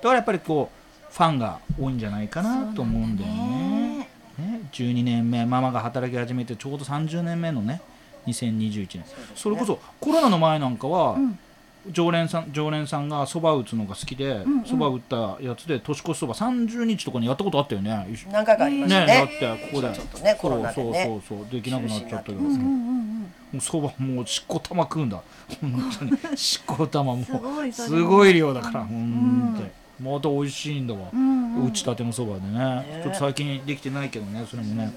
Speaker 2: からやっぱりこうファンが多いんじゃないかなと思うんだよねね12年目ママが働き始めてちょうど30年目のね2021年そ,、れこそコロナの前なんかは、
Speaker 3: うん
Speaker 2: 常連さん常連さんがそば打つのが好きで
Speaker 3: んうん
Speaker 2: そば、蕎麦打ったやつで年越しそば30日とかにやったことあったよね一緒
Speaker 4: 何回かあり
Speaker 2: ね
Speaker 4: ました
Speaker 2: やっ
Speaker 4: ね。
Speaker 2: てここで
Speaker 4: ちょっとねコロナで
Speaker 2: そう
Speaker 4: ね
Speaker 2: そうそうそうできなくなっちゃったけど
Speaker 4: 中止
Speaker 2: も
Speaker 3: う
Speaker 4: に
Speaker 3: んうん
Speaker 2: うそばもうしっこ玉食うんだ本当にしっこ玉も
Speaker 3: すごいそれ
Speaker 2: すごい量だから本当
Speaker 3: う
Speaker 2: に
Speaker 3: ん
Speaker 2: また美味しいんだわ
Speaker 3: うんうんうん
Speaker 2: 打ちたてのそばでね
Speaker 4: ね
Speaker 2: ちょっと最近できてないけどねそれもね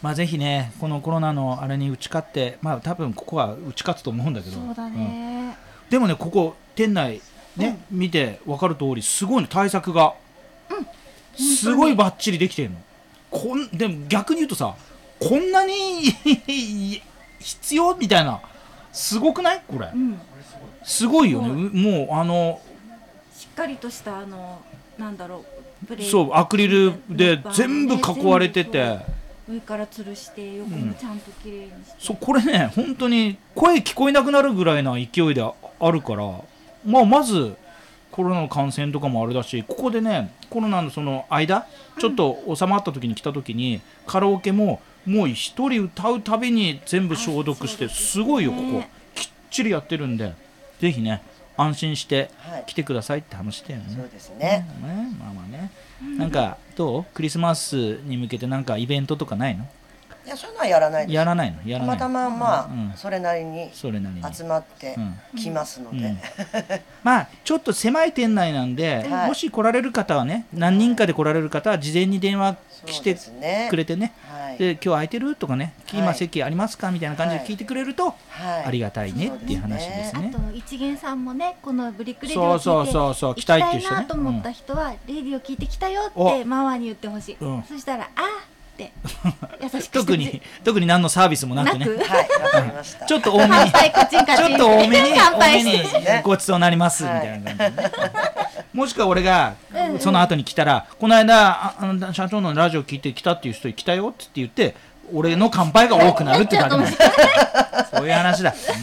Speaker 2: まあぜひねこのコロナのあれに打ち勝ってまあ多分ここは打ち勝つと思うんだけど
Speaker 3: そうだ
Speaker 2: うん
Speaker 3: ね、
Speaker 2: でもねここ店内ね、見て分かる通りすごいの対策が、すごいバッチリできてるのこんでも逆に言うとさこんなに 必要みたいなすごくないこれ
Speaker 3: うん、
Speaker 2: すごいよね
Speaker 3: すごいう
Speaker 2: もうあの
Speaker 3: しっかりとしたあのなんだろうプレイ
Speaker 2: そうアクリルで
Speaker 3: バー
Speaker 2: 全部囲われて
Speaker 3: 全
Speaker 2: て
Speaker 3: 部そう上から吊るして横もちゃんと綺麗にして、
Speaker 2: そうこれね本当に声聞こえなくなるぐらいな勢いでああるから、まあ、まずコロナの感染とかもあれだしここでねコロナのその間ちょっと収まった時に来た時に、カラオケももう一人歌うたびに全部消毒して
Speaker 3: あそうです
Speaker 2: すごいよここ
Speaker 3: ね
Speaker 2: きっちりやってるんでぜひね安心して
Speaker 4: はい
Speaker 2: 来てくださいって話だよね。
Speaker 4: そうですね。
Speaker 2: ねまあまあねなんかどうクリスマスに向けてなんかイベントとかないの
Speaker 4: いやそういうのはやらないです。
Speaker 2: やらないのやら
Speaker 4: た
Speaker 2: な
Speaker 4: ま
Speaker 2: い
Speaker 4: た
Speaker 2: の
Speaker 4: まま
Speaker 2: うん
Speaker 4: あそれなりに
Speaker 2: それなりに
Speaker 4: 集まって
Speaker 2: う
Speaker 4: きますの
Speaker 2: う
Speaker 4: で
Speaker 2: ん。まあちょっと狭い店内なんで、
Speaker 4: はい
Speaker 2: もし来られる方はね何人かで来られる方は事前に電話し
Speaker 4: そう
Speaker 2: て
Speaker 4: ですね
Speaker 2: く。れてね
Speaker 4: はい。
Speaker 2: で今日空いてるとかね
Speaker 4: は
Speaker 2: 今
Speaker 4: い
Speaker 2: 席ありますかみたいな感じで聞いてくれると
Speaker 4: はい。
Speaker 2: ありがたいねっていう話で
Speaker 4: そ
Speaker 2: す
Speaker 4: う
Speaker 1: あ
Speaker 2: ね。
Speaker 1: と一元さんもねこのブリックレディ
Speaker 2: そ
Speaker 1: を聞い
Speaker 2: うそう
Speaker 1: て
Speaker 2: そうそう
Speaker 1: 行
Speaker 2: 来
Speaker 1: きた
Speaker 2: たいってい
Speaker 1: い
Speaker 2: う人
Speaker 1: な
Speaker 2: ね
Speaker 1: と。思った人は、レディを聞いてきたよって
Speaker 2: お
Speaker 1: ママに言ってほしい、
Speaker 2: うん
Speaker 1: そしたら「あーって優しくしてくれ
Speaker 2: 特に特に何のサービスもな
Speaker 1: な
Speaker 2: く
Speaker 1: く、
Speaker 2: ね。
Speaker 4: はい。わかりました。
Speaker 2: ちょっと多め
Speaker 1: 乾
Speaker 2: に
Speaker 1: 杯カチンカ
Speaker 2: ち
Speaker 1: チン
Speaker 2: ょっと多めに
Speaker 1: 乾
Speaker 2: 多め
Speaker 1: 杯
Speaker 2: に
Speaker 1: して
Speaker 2: ごちそうになりますみ
Speaker 4: はい
Speaker 2: たいな感じで ね。もしくは俺がその後に来たら、この間ああの社長のラジオ聞いて来たっていう人来たよって言って俺の乾杯が多くなるってだけなんですそういう話だ、うん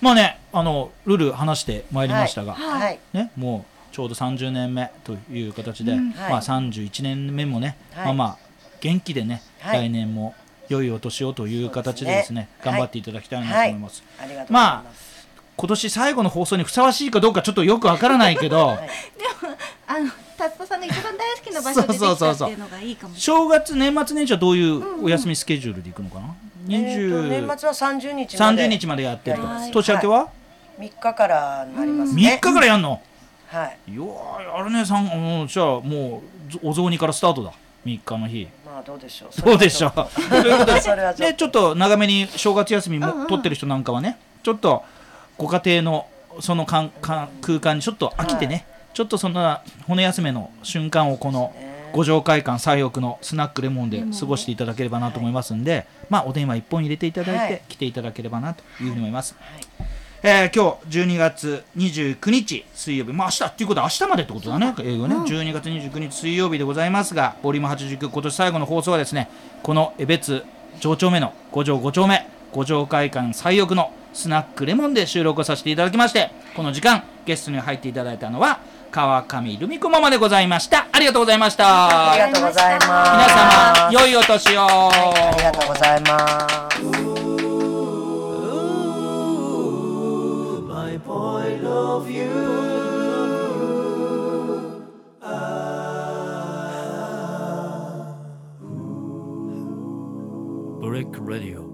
Speaker 2: まあねあのルール話してまいりましたが、
Speaker 4: はい。
Speaker 2: ね、もうちょうど30年目という形で、
Speaker 4: はい
Speaker 2: まあ、31年目もね、
Speaker 4: はい
Speaker 2: まあまあ元気でね、
Speaker 4: はい
Speaker 2: 来年も良いお年をという形でですね
Speaker 4: そうですね
Speaker 2: 頑張っていただきたいなと思います、
Speaker 4: ありがとうござい
Speaker 2: ま
Speaker 4: ま
Speaker 2: あ
Speaker 4: す。
Speaker 2: 今年最後の放送にふさわしいかどうかちょっとよくわからないけど、
Speaker 4: い
Speaker 1: あの達夫さんが一番大好きな場所でできたっていうのがいいかもし
Speaker 2: 正月年末年始はどういうお休みスケジュールでいくのかな、
Speaker 4: えーと
Speaker 2: 20
Speaker 4: 年末は三十日まで。
Speaker 2: 30日までやってると、
Speaker 4: はい
Speaker 2: 年明けは、
Speaker 4: 三日からになります
Speaker 2: 三3
Speaker 4: ね
Speaker 2: 日。からやんの、
Speaker 4: はい。
Speaker 2: いやーやるねさんうんじゃあもうお雑煮からスタートだ3日の日
Speaker 4: まあどうでしょう。
Speaker 2: そうでしょう。ということで
Speaker 4: それはちょっと
Speaker 2: ね ちょっと長めに正月休みも、取ってる人なんかはねちょっとご家庭のそのかんかん空間にちょっと飽きてね、ちょっとそんな骨休めの瞬間をこのご紹介館最奥のスナックレモンで過ごしていただければなと思いますんで、まあお電話一本入れていただい
Speaker 4: は
Speaker 2: て
Speaker 4: い
Speaker 2: 来ていただければなというふうに思います、
Speaker 4: い
Speaker 2: えー今日12月29日水曜日まあ明日っていうことは明日までってことだね英語ね、12月29日水曜日でございますがボリューム89今年最後の放送はですねこの江別上丁目の五条5丁目五条会館最奥のスナックレモンで収録をさせていただきましてこの時間ゲストに入っていただいたのは川上ルミ子ママでございましたありがとうございました
Speaker 4: ありがとうございます。
Speaker 2: 皆様良いお年を、
Speaker 4: ありがとうございます。
Speaker 5: my point of view. Ah. Brick Radio.